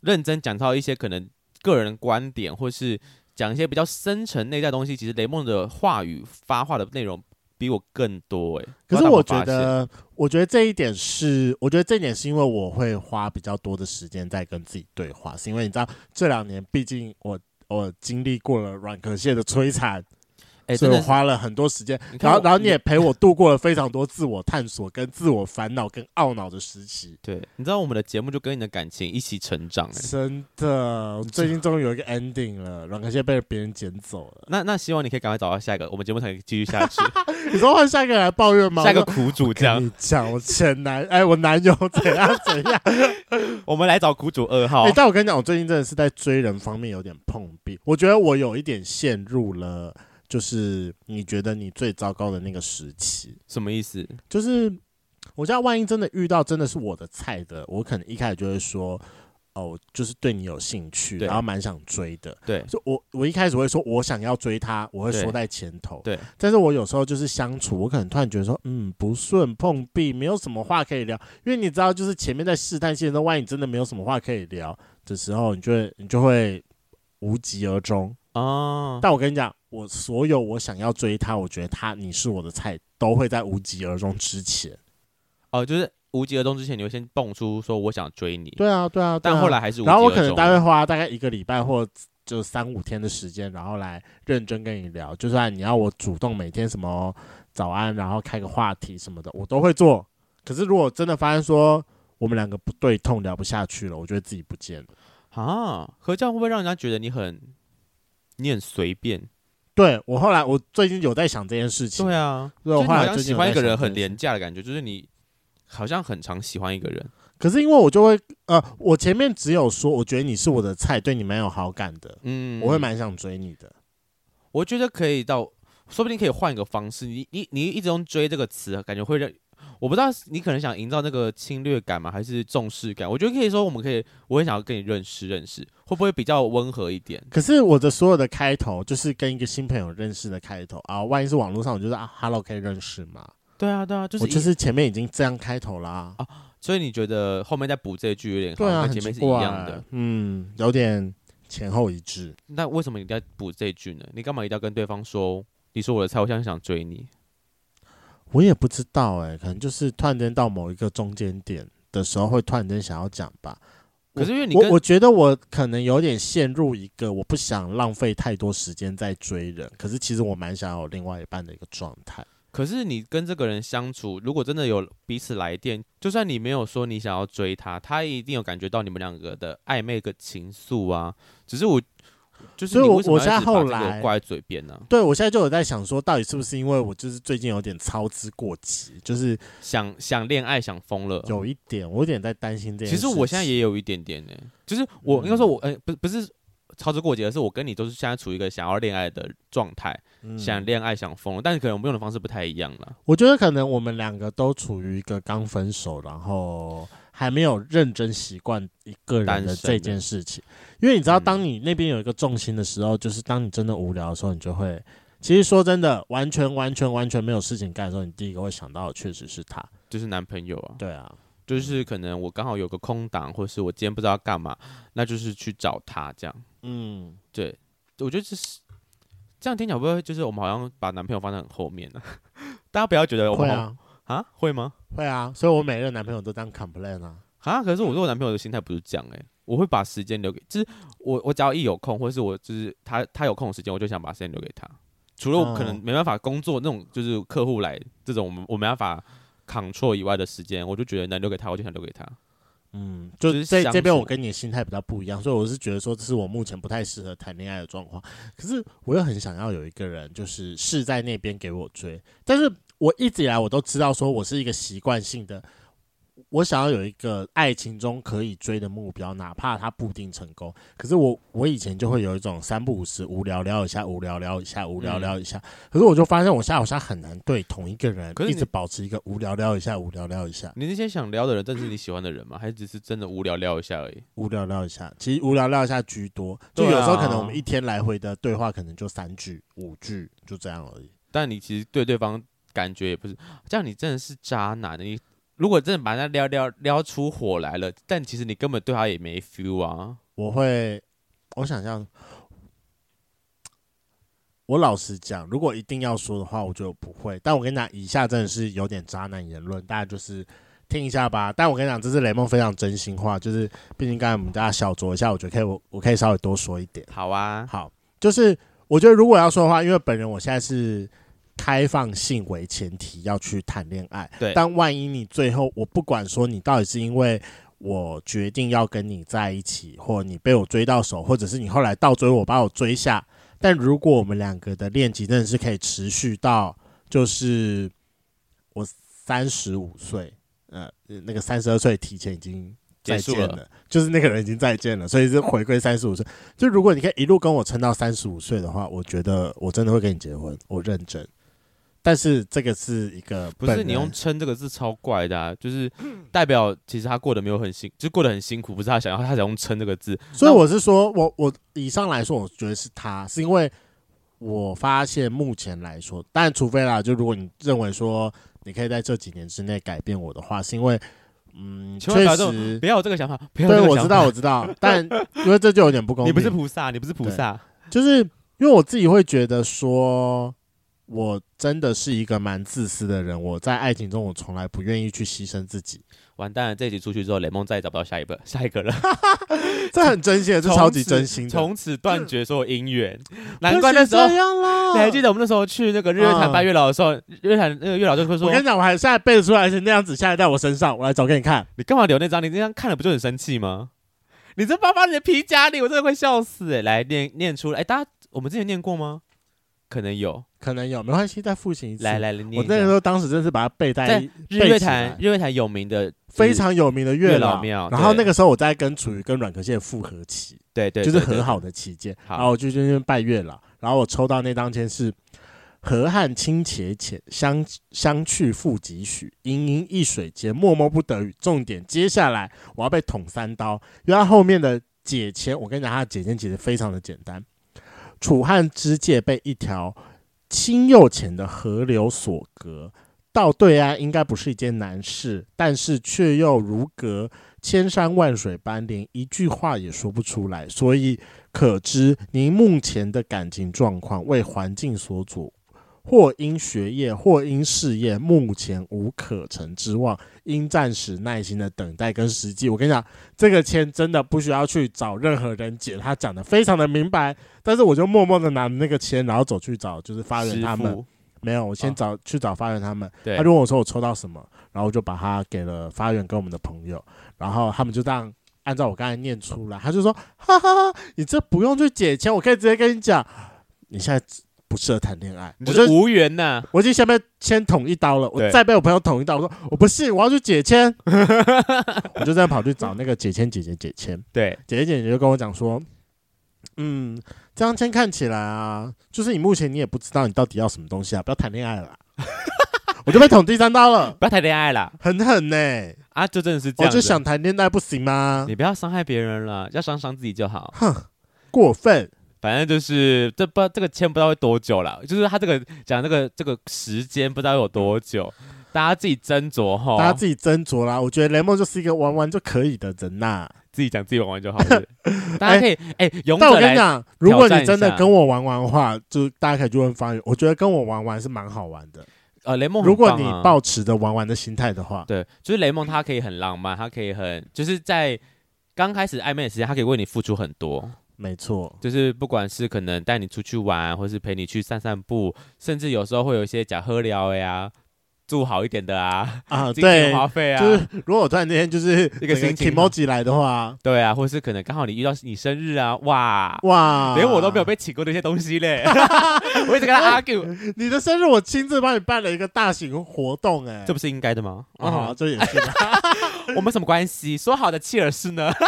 Speaker 2: 认真讲到一些可能个人观点，或是讲一些比较深层内在的东西，其实雷梦的话语发话的内容比我更多哎、
Speaker 1: 可
Speaker 2: 不
Speaker 1: 是
Speaker 2: 知道
Speaker 1: 我
Speaker 2: 大家
Speaker 1: 觉
Speaker 2: 有没有发现，
Speaker 1: 得，我觉得这一点是，我觉得这一点是因为我会花比较多的时间在跟自己对话，是因为你知道这两年，毕竟我我经历过了软壳蟹的摧残，
Speaker 2: 哎，
Speaker 1: 所
Speaker 2: 真
Speaker 1: 以
Speaker 2: 的
Speaker 1: 我
Speaker 2: 是
Speaker 1: 花了很多时间，
Speaker 2: 你看
Speaker 1: 然后
Speaker 2: 我
Speaker 1: 然后你也陪我度过了非常多自我探索、跟自我烦恼、跟懊恼的时期。
Speaker 2: 对，你知道我们的节目就跟你的感情一起成长、哎
Speaker 1: 真的，我最近终于有一个 ending 了，然后感谢被别人捡走 了。
Speaker 2: 那那希望你可以赶快找到下一个，我们节目才可以继续 下去，
Speaker 1: 你说换下一个来抱怨吗？
Speaker 2: 下一个
Speaker 1: 我说
Speaker 2: 苦主这
Speaker 1: 跟
Speaker 2: 样，
Speaker 1: 你讲，我前男哎，我男友怎样怎样。
Speaker 2: 我们来找苦主二号
Speaker 1: 哎、。但我跟你讲，我最近真的是在追人方面有点碰壁，我觉得我有一点陷入了，就是你觉得你最糟糕的那个时期，
Speaker 2: 什么意思？
Speaker 1: 就是我知道万一真的遇到真的是我的菜的，我可能一开始就会说，哦，就是对你有兴趣，
Speaker 2: 对
Speaker 1: 然后蛮想追的。
Speaker 2: 对
Speaker 1: 就我我一开始会说我想要追她，我会说在前头。
Speaker 2: 对，
Speaker 1: 但是我有时候就是相处，我可能突然觉得说，嗯，不顺碰壁，没有什么话可以聊，因为你知道，就是前面在试探线的时候，万一真的没有什么话可以聊的时候，你就会你就会无疾而终。
Speaker 2: 哦，
Speaker 1: 但我跟你讲，我所有我想要追她，我觉得她你是我的菜，都会在无疾而终之前。
Speaker 2: 哦，就是无疾而终之前，你会先蹦出说我想追你，
Speaker 1: 对啊，对啊，对啊
Speaker 2: 但后来还是无疾
Speaker 1: 然后我
Speaker 2: 而
Speaker 1: 可能
Speaker 2: 终
Speaker 1: 大。概花大概一个礼拜或就三五天的时间，然后来认真跟你聊。就算你要我主动每天什么早安，然后开个话题什么的，我都会做。可是如果真的发现说我们两个不对痛，聊不下去了，我就会自己不见了。
Speaker 2: 啊，合照会不会让人家觉得你很你很随便？
Speaker 1: 对我后来我最近有在想这件事情，
Speaker 2: 对啊，
Speaker 1: 所以我
Speaker 2: 就是
Speaker 1: 后
Speaker 2: 你好
Speaker 1: 来
Speaker 2: 像
Speaker 1: 最近
Speaker 2: 喜
Speaker 1: 有
Speaker 2: 欢
Speaker 1: 在
Speaker 2: 一个人
Speaker 1: 想这件
Speaker 2: 很
Speaker 1: 事
Speaker 2: 廉价的感觉，就是你好像很常喜欢一个人。
Speaker 1: 可是因为我就会呃，我前面只有说我觉得你是我的菜，对你蛮有好感的，
Speaker 2: 嗯，
Speaker 1: 我会，蛮想追你的。
Speaker 2: 我觉得可以到，说不定可以换一个方式。你你你一直用“追”这个词，感觉会让我不知道你可能想营造那个侵略感嘛，还是重视感？我觉得可以说，我们可以，我很想要跟你认识认识，会不会比较温和一点？
Speaker 1: 可是我的所有的开头就是跟一个新朋友认识的开头啊，万一是网络上，我就是啊，Hello 可以认识吗？
Speaker 2: 对啊，对啊，就是
Speaker 1: 我就
Speaker 2: 一
Speaker 1: 是前面已经这样开头啦、
Speaker 2: 啊所以你觉得后面再补这一句有点
Speaker 1: 对
Speaker 2: 好
Speaker 1: 啊，
Speaker 2: 像
Speaker 1: 很
Speaker 2: 跟前面
Speaker 1: 奇
Speaker 2: 是一
Speaker 1: 怪
Speaker 2: 样的，，
Speaker 1: 嗯，有点前后一致。
Speaker 2: 那为什么你一定要补这一句呢？你干嘛一定要跟对方说？你说我的菜，我现在想追你。
Speaker 1: 我也不知道哎、可能就是突然间到某一个中间点的时候，会突然间想要讲吧。
Speaker 2: 可是因为你
Speaker 1: 我
Speaker 2: 跟
Speaker 1: 我觉得我可能有点陷入一个我不想浪费太多时间在追人，可是其实我蛮想要有另外一半的一个状态。
Speaker 2: 可是你跟这个人相处，如果真的有彼此来电，就算你没有说你想要追他，他一定有感觉到你们两个的暧昧的情愫啊。只是我就是
Speaker 1: 所以
Speaker 2: 你
Speaker 1: 我
Speaker 2: 为什么
Speaker 1: 我现
Speaker 2: 要
Speaker 1: 在
Speaker 2: 一直把
Speaker 1: 后
Speaker 2: 这个
Speaker 1: 来
Speaker 2: 挂在嘴边呢、
Speaker 1: 对，我现在就有在想说，到底是不是因为我就是最近有点操之过急，就是
Speaker 2: 想想恋爱想疯了。
Speaker 1: 有一点，我有点在担心这件
Speaker 2: 其
Speaker 1: 事情。嗯
Speaker 2: 实我现在也有一点点呢、就是我应该说我呃不不是操之过急，而是我跟你都是现在处于一个想要恋爱的状态，
Speaker 1: 嗯
Speaker 2: 想恋爱想疯了，但是可能我们用的方式不太一样了。
Speaker 1: 我觉得可能我们两个都处于一个刚分手，然后还没有认真习惯一个人的这件事情。因为你知道，
Speaker 2: 嗯
Speaker 1: 当你那边有一个重心的时候，就是当你真的无聊的时候，你就会。其实说真的，完全完全完全没有事情干的时候，你第一个会想到的确实是他。
Speaker 2: 就是男朋友啊，
Speaker 1: 对啊，
Speaker 2: 就是可能我刚好有个空档，或是我今天不知道干嘛，那就是去找他这样。
Speaker 1: 嗯，
Speaker 2: 对，我觉得这是这样听起来会不会就是我们好像把男朋友放在很后面呢、 大家不要觉得我
Speaker 1: 会
Speaker 2: 们好
Speaker 1: 啊，
Speaker 2: 啊会吗？
Speaker 1: 会啊，所以我每任男朋友都这样 complain 啊。
Speaker 2: 啊，可是我对我男朋友的心态不是这样哎、我会把时间留给，就是我我只要一有空，或是我就是他他有空的时间，我就想把时间留给他。除了我可能
Speaker 1: 哦
Speaker 2: 没办法工作那种，就是客户来这种我们我没办法 control 以外的时间，我就觉得能留给他，我就想留给他。
Speaker 1: 嗯，就
Speaker 2: 就是
Speaker 1: 这
Speaker 2: 相
Speaker 1: 这边
Speaker 2: 处
Speaker 1: 我跟你的心态比较不一样，所以我是觉得说这是我目前不太适合谈恋爱的状况。可是我又很想要有一个人，就是是在那边给我追，但是我一直以来我都知道说我是一个习惯性的，我想要有一个爱情中可以追的目标，哪怕它不一定成功。可是我我以前就会有一种三不五时无聊聊一下，无聊聊一下，无
Speaker 2: 嗯
Speaker 1: 聊聊一下。可是我就发现我现在好像很难对同一个人
Speaker 2: 可是
Speaker 1: 一
Speaker 2: 你
Speaker 1: 直保持一个无聊聊一下，无聊聊一下。
Speaker 2: 你那些想撩的人，真是你喜欢的人吗？还是只是真的无聊聊一下而已？
Speaker 1: 无聊聊一下，其实无聊聊一下居多，就
Speaker 2: 对啊
Speaker 1: 有时候可能我们一天来回的对话可能就三句五句就这样而已。
Speaker 2: 但你其实对对方感觉也不是，这样你真的是渣男。欸你如果真的把他撩撩撩出火来了，但其实你根本对他也没 feel 啊。
Speaker 1: 我会，我想象，我老实讲，如果一定要说的话，我觉得我不会。但我跟你讲，以下真的是有点渣男言论，大家就是听一下吧。但我跟你讲，这是雷梦非常真心话，就是毕竟刚才我们大家小酌一下，我觉得可以，我我可以稍微多说一点。
Speaker 2: 好啊，
Speaker 1: 好，就是我觉得如果要说的话，因为本人我现在是开放性为前提要去谈恋爱，
Speaker 2: 对
Speaker 1: 但万一你最后我不管说你到底是因为我决定要跟你在一起，或你被我追到手，或者是你后来倒追我把我追下，但如果我们两个的恋情真的是可以持续到就是我三十五岁，呃，那个三十二岁提前已经再
Speaker 2: 结束
Speaker 1: 见
Speaker 2: 了
Speaker 1: 了，就是那个人已经再见了，所以是回归三十五岁。 就如果你可以一路跟我撑到三十五岁的话，我觉得我真的会跟你结婚，我认真。但是这个是一个
Speaker 2: 不
Speaker 1: 本
Speaker 2: 是
Speaker 1: 人
Speaker 2: 你用“撑”这个字超怪的、啊，就是代表其实他过得没有很辛，就是过得很辛苦，不是他想要，他想用“撑”这个字。
Speaker 1: 所以我是说，我我以上来说，我觉得是他，是因为我发现目前来说，当然除非啦，就如果你认为说你可以在这几年之内改变我的话，是因为嗯，
Speaker 2: 千万不
Speaker 1: 确
Speaker 2: 要这种
Speaker 1: 实
Speaker 2: 不，要有这个想法，不要有
Speaker 1: 对
Speaker 2: 这个
Speaker 1: 我
Speaker 2: 想
Speaker 1: 知
Speaker 2: 法。
Speaker 1: 道我知道，但因为这就有点不公
Speaker 2: 你
Speaker 1: 平，
Speaker 2: 不是菩萨，你不是菩萨，
Speaker 1: 就是因为我自己会觉得说，我真的是一个蛮自私的人，我在爱情中我从来不愿意去牺牲自己，
Speaker 2: 完蛋了！这一集出去之后，雷梦再也找不到下一个下一个了，
Speaker 1: 这很真心的，这
Speaker 2: 从
Speaker 1: 超级
Speaker 2: 此
Speaker 1: 真心的，嗯
Speaker 2: 从此断绝所有姻缘。难怪那时
Speaker 1: 不是
Speaker 2: 候
Speaker 1: 这，样啦，
Speaker 2: 你还记得我们那时候去那个日月潭
Speaker 1: 嗯
Speaker 2: 拜月老的时候，日月潭那个月老就会说
Speaker 1: 我跟：“你讲，我还现在背得出来，而且那样子现在在我身上，我来找给你看。
Speaker 2: 你干嘛留那张？你那张看了不就很生气吗？你这包包你的皮夹里，我真的会笑死、欸！来念念出来，哎、大家我们之前念过吗？可能有，
Speaker 1: 可能有，没关系，再复习一次。
Speaker 2: 来，来来，念
Speaker 1: 我
Speaker 2: 一
Speaker 1: 那个
Speaker 2: 下
Speaker 1: 时候当时真是把它背在
Speaker 2: 在日月
Speaker 1: 哎背起
Speaker 2: 潭
Speaker 1: 来
Speaker 2: 日月潭有名的
Speaker 1: 非常有名的
Speaker 2: 月
Speaker 1: 老
Speaker 2: 老庙
Speaker 1: 然后
Speaker 2: 对
Speaker 1: 那个时候我在跟楚瑜跟阮可宪复合期，
Speaker 2: 对对，
Speaker 1: 就是
Speaker 2: 对
Speaker 1: 和，好的期间，
Speaker 2: 好
Speaker 1: 然后我就去那边拜月老，然后我抽到那张签是“河汉清且浅，相相去复几许？盈盈一水间，脉脉不得语。”重点，接下来我要被捅三刀，因为他后面的解签，我跟你讲，他的解签其实非常的简单。楚汉之界被一条清又浅的河流所隔，到对岸应该不是一件难事，但是却又如隔千山万水般，连一句话也说不出来。所以可知您目前的感情状况为环境所阻，或因学业，或因事业，目前无可成之望，应暂时耐心的等待跟时机。我跟你讲，这个签真的不需要去找任何人解，他讲的非常的明白。但是我就默默的拿那个签，然后走去找就是发源
Speaker 2: 师
Speaker 1: 他们。
Speaker 2: 傅
Speaker 1: 没有，我先
Speaker 2: 啊
Speaker 1: 找、去找发源他们，
Speaker 2: 对
Speaker 1: 他就问我说我抽到什么，然后我就把它给了发源跟我们的朋友，然后他们就这样按照我刚才念出来，他就说哈哈哈，你这不用去解签，我可以直接跟你讲，你现在不适合谈恋爱，
Speaker 2: 你
Speaker 1: 我
Speaker 2: 就是
Speaker 1: 就
Speaker 2: 无缘 呐、
Speaker 1: 我已经先被先捅一刀了，我
Speaker 2: 对
Speaker 1: 再被我朋友捅一刀，我说我不信，我要去解签， 我就这样跑去找那个解签姐姐解签，
Speaker 2: 对，
Speaker 1: 姐姐姐姐就跟我讲说，嗯，这张签看起来啊，就是你目前你也不知道你到底要什么东西啊，不要谈恋 爱了啦。我就被捅第三刀了，
Speaker 2: 不要谈恋爱啦
Speaker 1: 很狠呢、
Speaker 2: 啊！就真的是这
Speaker 1: 我
Speaker 2: 样子，
Speaker 1: 就想谈恋爱不行吗？
Speaker 2: 你不要伤害别人了，要伤伤自己就好。
Speaker 1: 过分，
Speaker 2: 反正就是这不这个签不知道会多久了，就是他这个讲这个这个时间不知道有多久，大家自己斟酌哈，
Speaker 1: 大家自己斟酌啦。我觉得雷梦就是一个玩玩就可以的人呐、
Speaker 2: 自己讲自己玩玩就好 了。大家可以哎、勇
Speaker 1: 但
Speaker 2: 者
Speaker 1: 我跟你
Speaker 2: 来
Speaker 1: 讲，如果
Speaker 2: 挑
Speaker 1: 你
Speaker 2: 战一
Speaker 1: 真的
Speaker 2: 下
Speaker 1: 跟我玩玩的话，就大家可以去问方宇，我觉得跟我玩玩是蛮好玩的。
Speaker 2: 呃雷梦很
Speaker 1: 如果
Speaker 2: 棒
Speaker 1: 你
Speaker 2: 啊
Speaker 1: 抱持着玩玩的心态的话，
Speaker 2: 对，就是雷梦他可以很浪漫，他可以很就是在刚开始暧昧的时间，他可以为你付出很多，
Speaker 1: 没错，
Speaker 2: 就是不管是可能带你出去玩，或是陪你去散散步，甚至有时候会有一些假喝聊呀、住好一点的啊，
Speaker 1: 啊，
Speaker 2: 金钱
Speaker 1: 对，
Speaker 2: 花费啊，
Speaker 1: 就是如果我突然间就是
Speaker 2: 一个心情啊
Speaker 1: e m o j i 来的话，
Speaker 2: 对啊，或是可能刚好你遇到你生日啊，哇，
Speaker 1: 哇，
Speaker 2: 连我都没有，被请过这些东西 嘞，我一直跟他 argue，
Speaker 1: 你的生日我亲自帮你办了一个大型活动、哎，
Speaker 2: 这不是应该的吗？
Speaker 1: 啊、
Speaker 2: 啊、
Speaker 1: 这也是吧，
Speaker 2: 我们什么关系？说好的契尔氏 呢？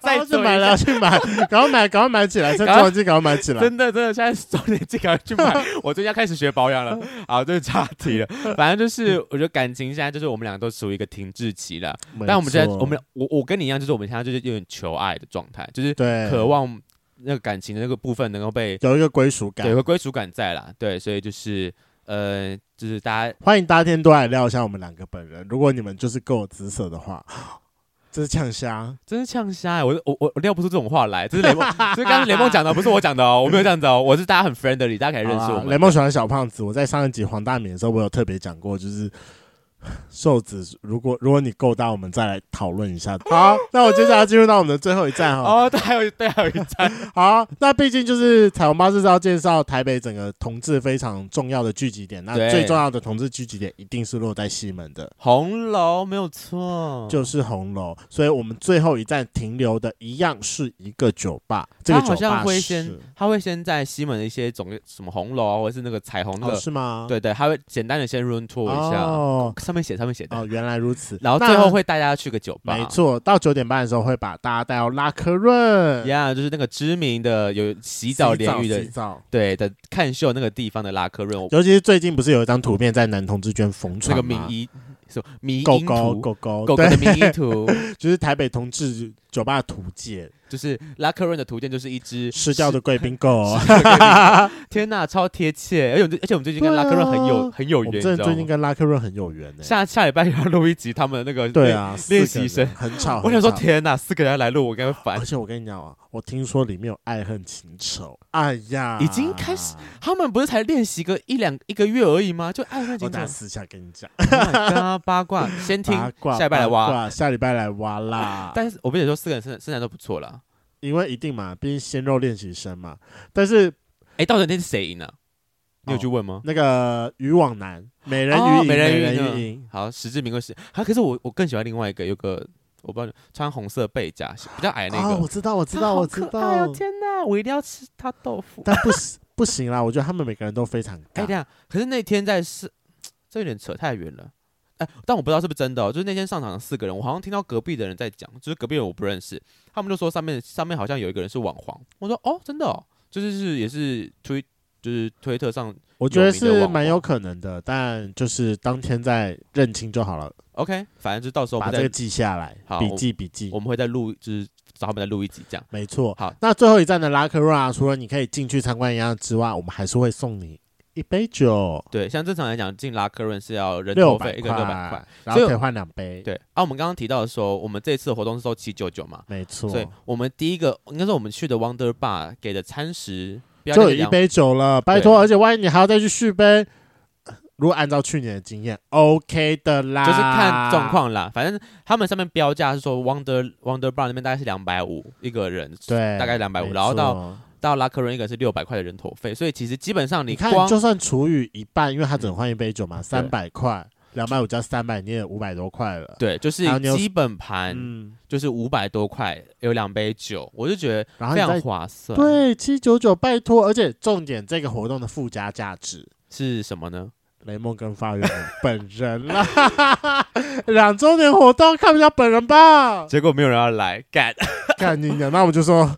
Speaker 2: 再
Speaker 1: 哦去
Speaker 2: 做一
Speaker 1: 买了，要
Speaker 2: 下
Speaker 1: 去买， 赶快买，赶快买起来，趁
Speaker 2: 赶快
Speaker 1: 中文季赶快买起来。
Speaker 2: 真的真的，现在早点自己赶快去 买。我最近要开始学保养了，好，这是岔题了。反正就是，我觉得感情现在就是我们两个都处于一个停滞期了。
Speaker 1: 没
Speaker 2: 但我们现在，
Speaker 1: 错
Speaker 2: 我们我我跟你一样，就是我们现在就是有点求爱的状态，就是
Speaker 1: 对
Speaker 2: 渴望那个感情的那个部分能够被
Speaker 1: 有一个归属
Speaker 2: 有
Speaker 1: 感。
Speaker 2: 个归属感在啦。对，所以就是呃，就是大家
Speaker 1: 欢迎大家天多来聊一下我们两个本人，如果你们就是够有姿色的话，这是呛虾，
Speaker 2: 真是呛瞎、欸，我我我我撂不出这种话来，这是 雷梦，这是刚刚雷梦讲的，不是我讲的哦，我没有这样子哦，我是大家很 friendly，大家可以认识
Speaker 1: 好啊
Speaker 2: 我
Speaker 1: 吧
Speaker 2: 们。
Speaker 1: 雷梦喜欢小胖子，我在上一集黄大米的时候，我有特别讲过，就是 瘦子，如果如果你够大，我们再来讨论一下。好，那我接下来进入到我们的最后一站哈。
Speaker 2: 哦，对，还有对，还有一站，
Speaker 1: 好，那毕竟就是彩虹巴士是要介绍台北整个同志非常重要的聚集点，那
Speaker 2: 对
Speaker 1: 最重要的同志聚集点一定是落在西门的，
Speaker 2: 红楼没有错，
Speaker 1: 就是红楼。所以我们最后一站停留的一样是一个酒吧，这个
Speaker 2: 他
Speaker 1: 酒
Speaker 2: 好像
Speaker 1: 吧
Speaker 2: 会先
Speaker 1: 是
Speaker 2: 他会先在西门的一些总什么红楼啊，或者是那个彩虹那
Speaker 1: 哦
Speaker 2: 个，
Speaker 1: 是吗？
Speaker 2: 对对，他会简单的先 run tour 一下，
Speaker 1: 哦
Speaker 2: 上面写上面写的，
Speaker 1: 哦，原来如此。
Speaker 2: 然后
Speaker 1: 那
Speaker 2: 最后会带大家去个酒吧，
Speaker 1: 没错，到九点半的时候会把大家带到拉科润
Speaker 2: 呀就是那个知名的有洗澡淋浴的
Speaker 1: 洗澡。
Speaker 2: 对的看秀那个地方的拉克润，我
Speaker 1: 尤其是最近不是有一张图片在男同志圈疯
Speaker 2: 那
Speaker 1: 传
Speaker 2: 个
Speaker 1: 吗？
Speaker 2: 迷衣什么迷
Speaker 1: 狗
Speaker 2: 因
Speaker 1: 狗
Speaker 2: 图，
Speaker 1: 狗狗
Speaker 2: 狗狗
Speaker 1: 对
Speaker 2: 的，迷因图，
Speaker 1: 就是台北同志酒吧的图鉴，
Speaker 2: 就是拉克润的图鉴就是一只
Speaker 1: 失掉的贵宾哦狗。
Speaker 2: 天呐，超贴切！而且我们最而且我们最近跟
Speaker 1: 对啊
Speaker 2: 拉克润很有很有
Speaker 1: 我
Speaker 2: 缘，
Speaker 1: 们
Speaker 2: 你
Speaker 1: 真的
Speaker 2: 知道
Speaker 1: 最近
Speaker 2: 吗？
Speaker 1: 跟拉科润很有缘呢。
Speaker 2: 下下礼拜要录一集他们的那个
Speaker 1: 对，啊，四个人
Speaker 2: 啊练习生
Speaker 1: 很吵。
Speaker 2: 我想说
Speaker 1: 很吵
Speaker 2: 天呐，四个人来录，我该烦
Speaker 1: 而。且我跟你讲啊，我听说里面有爱恨情仇。哎呀，
Speaker 2: 已经开始，他们不是才练习个一两一个月而已吗？就爱恨
Speaker 1: 我
Speaker 2: 情仇
Speaker 1: 等下私下跟你讲。
Speaker 2: Oh my god，八 卦先听
Speaker 1: 八卦，
Speaker 2: 下礼拜来
Speaker 1: 八
Speaker 2: 挖。
Speaker 1: 卦，下礼拜来挖啦。
Speaker 2: 但是我跟你说，四个人身身材都不错啦。
Speaker 1: 因为一定嘛，毕竟鲜肉练习生嘛。但是哦
Speaker 2: 哎，到底那天是谁赢呢？你有去问吗？
Speaker 1: 那个渔网男，美人
Speaker 2: 哦
Speaker 1: 鱼赢，
Speaker 2: 美人鱼
Speaker 1: 美
Speaker 2: 呢
Speaker 1: 人鱼赢，
Speaker 2: 好，实至名归是。啊，可是我我更喜欢另外一个，有个我不知道穿红色背夹，比较矮那
Speaker 1: 啊，我
Speaker 2: 个。
Speaker 1: 知道，我知
Speaker 2: 他
Speaker 1: 道，
Speaker 2: 好
Speaker 1: 我知
Speaker 2: 可爱
Speaker 1: 道
Speaker 2: 哦，天呐，我一定要吃他豆腐。
Speaker 1: 但不行不行啦，我觉得他们每个人都非常
Speaker 2: 哎，
Speaker 1: 尬
Speaker 2: 等一下，可是那天在是，这有点扯太远了。哎，但我不知道是不是真的、哦，就是那天上场的四个人，我好像听到隔壁的人在讲，就是隔壁人我不认识，他们就说上面上面好像有一个人是网黄，我说哦，真的哦，就是是也是推就是推特上
Speaker 1: 我觉得
Speaker 2: 有名的
Speaker 1: 是
Speaker 2: 网
Speaker 1: 蛮有可能的，但就是当天再认清就好了，
Speaker 2: OK，反正就到时候我
Speaker 1: 把
Speaker 2: 们
Speaker 1: 这
Speaker 2: 再
Speaker 1: 个记下来，
Speaker 2: 好
Speaker 1: 笔记笔记
Speaker 2: 我。们会再录，就是找他们再录一集这样。
Speaker 1: 没错，
Speaker 2: 好
Speaker 1: 那最后一站的拉克瑞啊，除了你可以进去参观一样之外，我们还是会送你一杯酒，
Speaker 2: 对，像正常来讲，进拉克润是要人头
Speaker 1: 六
Speaker 2: 费
Speaker 1: 百
Speaker 2: 一个六百块。，
Speaker 1: 然
Speaker 2: 所以
Speaker 1: 后可以换两杯，
Speaker 2: 对，啊，我们刚刚提到的说，我们这次的活动是收七九九嘛，
Speaker 1: 没错，
Speaker 2: 所以我们第一个应该是我们去的 Wonder Bar 给的餐食，不要
Speaker 1: 就
Speaker 2: 那个
Speaker 1: 有一
Speaker 2: 两
Speaker 1: 杯酒了，拜托！而且万一你还要再去续杯，如果按照去年的经验，OK 的啦，
Speaker 2: 就是看状。况啦，反正他们上面标价是说 Wonder Wonder Bar 那边大概是两百五一个人，
Speaker 1: 对，
Speaker 2: 大概250
Speaker 1: 没
Speaker 2: 然后到
Speaker 1: 错
Speaker 2: 到拉克人一个人是六百块的人头费，所以其实基本上
Speaker 1: 你看，
Speaker 2: 光嗯
Speaker 1: 就算除以一半，因为他只能换一杯酒嘛，三百块，两百五加三百，你也五百多块了。
Speaker 2: 对，就是
Speaker 1: 还有你有
Speaker 2: 基本盘
Speaker 1: 嗯，
Speaker 2: 就是五百多块，有两杯酒，我就觉得
Speaker 1: 然后
Speaker 2: 非
Speaker 1: 你
Speaker 2: 常
Speaker 1: 再
Speaker 2: 划算。，
Speaker 1: 对七九九，拜托！而且重点，这个活动的附加价值，
Speaker 2: 是什么呢？
Speaker 1: 雷梦跟发源人本人 啦，两周年活动看不到本人 吧？
Speaker 2: 结果没有人要来，干
Speaker 1: 看你娘，那我们就说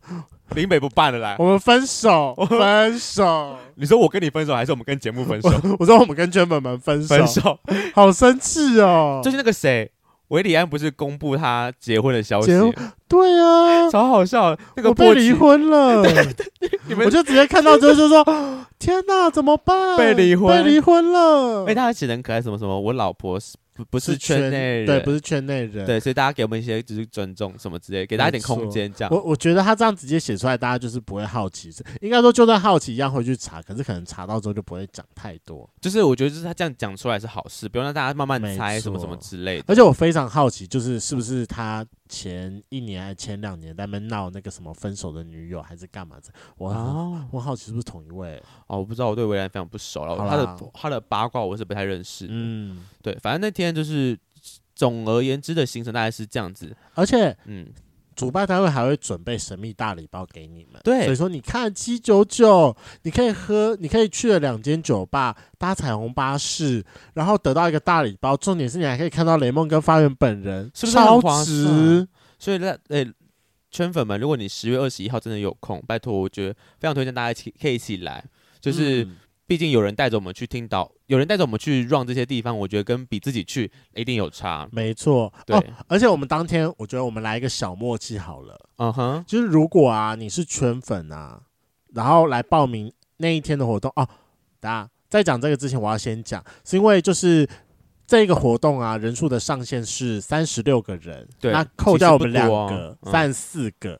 Speaker 2: 林北不办了啦
Speaker 1: 我。们分手，分手。
Speaker 2: 你说我跟你分手，还是我们跟节目分手？
Speaker 1: 我说我们跟圈粉们分手，
Speaker 2: 分手，
Speaker 1: 好生气哦！
Speaker 2: 就是那个谁，韦礼安不是公布他结婚的消息
Speaker 1: 结，婚对啊，
Speaker 2: 超好笑。那个
Speaker 1: 我被
Speaker 2: 波奇
Speaker 1: 离，婚了，
Speaker 2: 你
Speaker 1: 我
Speaker 2: 们
Speaker 1: 就直接看到之后就说： 天哪，怎么办？
Speaker 2: 被离婚
Speaker 1: 被离婚了。
Speaker 2: 哎，大家写的很可爱，什么什么，我老婆是不不是圈内人，
Speaker 1: 对，不是圈内人。
Speaker 2: 对，所以大家给我们一些就是尊重什么之类，给大家一点空间，这样
Speaker 1: 我我觉得他这样直接写出来，大家就是不会好奇，应该说就算好奇一样会去查，可是可能查到之后就不会讲太多。
Speaker 2: 就是我觉得就是他这样讲出来是好事，不用让大家慢慢猜
Speaker 1: 没
Speaker 2: 什
Speaker 1: 错
Speaker 2: 么什么之类的。
Speaker 1: 而且我非常好奇，就是是不是他前一年还前两年在那边闹那个什么分手的女友还是干嘛的？我很
Speaker 2: 哦
Speaker 1: 我好奇是不是同一位？
Speaker 2: 哦，我不知道，我对维安非常不熟了，
Speaker 1: 好啦
Speaker 2: 他的他的八卦我是不太认识。
Speaker 1: 嗯，
Speaker 2: 对，反正那天就是总而言之的行程大概是这样子。
Speaker 1: 而且
Speaker 2: 嗯，
Speaker 1: 主办单位还会准备神秘大礼包给你们。
Speaker 2: 对
Speaker 1: 所以说你看七九九，你可以喝，你可以去了两间酒吧，搭彩虹巴士，然后得到一个大礼包。重点是你还可以看到雷梦跟发源本人，
Speaker 2: 是不是很划
Speaker 1: 超
Speaker 2: 算
Speaker 1: 值？
Speaker 2: 所以那诶、圈粉们，如果你十月二十一号真的有空，拜托，我觉得非常推荐大家一起可以一起来，就是。
Speaker 1: 嗯
Speaker 2: 毕竟有人带着我们去听到，有人带着我们去 run 这些地方，我觉得跟比自己去一定有差。
Speaker 1: 没错，
Speaker 2: 对
Speaker 1: 哦，而且我们当天，我觉得我们来一个小默契好了。
Speaker 2: 嗯哼，
Speaker 1: 就是如果啊你是圈粉啊，然后来报名那一天的活动哦，大家在讲这个之前，我要先讲，是因为就是。这个活动啊，人数的上限是三十六个人，
Speaker 2: 对
Speaker 1: 那扣掉我们
Speaker 2: 其实
Speaker 1: 两
Speaker 2: 不多
Speaker 1: 个
Speaker 2: 哦，嗯
Speaker 1: 三十四个。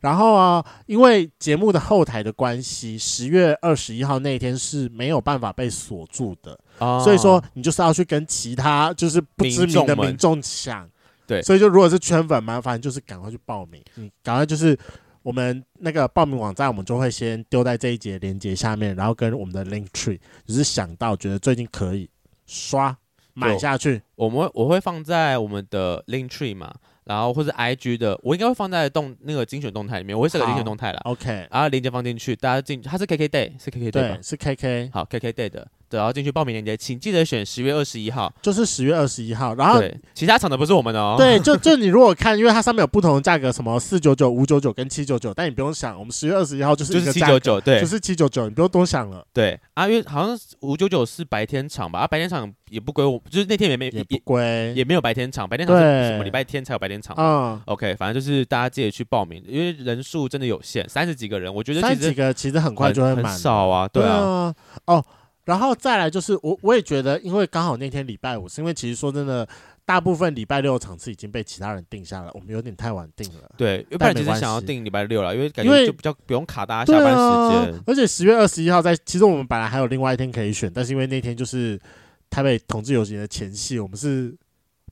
Speaker 1: 然后啊，因为节目的后台的关系，十月二十一号那一天是没有办法被锁住的，
Speaker 2: 哦
Speaker 1: 所以说你就是要去跟其他就是不知名的
Speaker 2: 民众们
Speaker 1: 民众抢。
Speaker 2: 对
Speaker 1: 所以就如果是圈粉，麻烦就是赶快去报名，你赶快就是。我们那个报名网站，我们就会先丢在这一节链接下面，然后跟我们的 Link Tree，就是想到觉得最近可以刷买
Speaker 2: 就
Speaker 1: 下去，
Speaker 2: 我们会我会放在我们的 Link Tree 嘛，然后或是 IG 的，我应该会放在动那个精选动态里面，我会设个精选动态啦，
Speaker 1: OK，
Speaker 2: 然后链接放进去，大家进，它是 KK Day，是 KK Day 吧
Speaker 1: 对，？是 KK，
Speaker 2: 好，KK Day 的，对，然后进去报名链接，请记得选十月二十一号，
Speaker 1: 就是十月二十一号。然后
Speaker 2: 对，其他场的不是我们的
Speaker 1: 啊
Speaker 2: 哦，，
Speaker 1: 对，就就你如果看，因为它上面有不同的价格，什么四九九、五九九跟七九九，但你不用想，我们十月二十一号就是
Speaker 2: 就
Speaker 1: 一个
Speaker 2: 是七
Speaker 1: 价格
Speaker 2: 九，九，对
Speaker 1: 就，是七九九，你不用多想了，
Speaker 2: 对，啊，因为好像五九九是白天场吧，啊，白天场也不归我，就是那天也没
Speaker 1: 也
Speaker 2: 也
Speaker 1: 不
Speaker 2: 也
Speaker 1: 归。
Speaker 2: 也没有白天场，白天场是
Speaker 1: 对
Speaker 2: 什么礼拜天才有白天场。
Speaker 1: 嗯，
Speaker 2: OK，反正就是大家记得去报名，因为人数真的有限，三十几个人，我觉得
Speaker 1: 三
Speaker 2: 其
Speaker 1: 十几
Speaker 2: 实
Speaker 1: 个其实很快就会
Speaker 2: 很
Speaker 1: 满，
Speaker 2: 少啊，对啊，
Speaker 1: 啊，哦，然后再来就是我我也觉得，因为刚好那天礼拜五，是因为其实说真的，大部分礼拜六的场次已经被其他人定下了，我们有点太晚定了。
Speaker 2: 对，要不
Speaker 1: 但
Speaker 2: 然
Speaker 1: 没
Speaker 2: 其实
Speaker 1: 关
Speaker 2: 想要
Speaker 1: 系
Speaker 2: 定礼拜六了，因为感
Speaker 1: 因为
Speaker 2: 觉就比较不用卡大家下班时
Speaker 1: 对啊
Speaker 2: 间。。
Speaker 1: 而且十月二十一号在，其实我们本来还有另外一天可以选，但是因为那天就是台北同志游行的前夕，我们是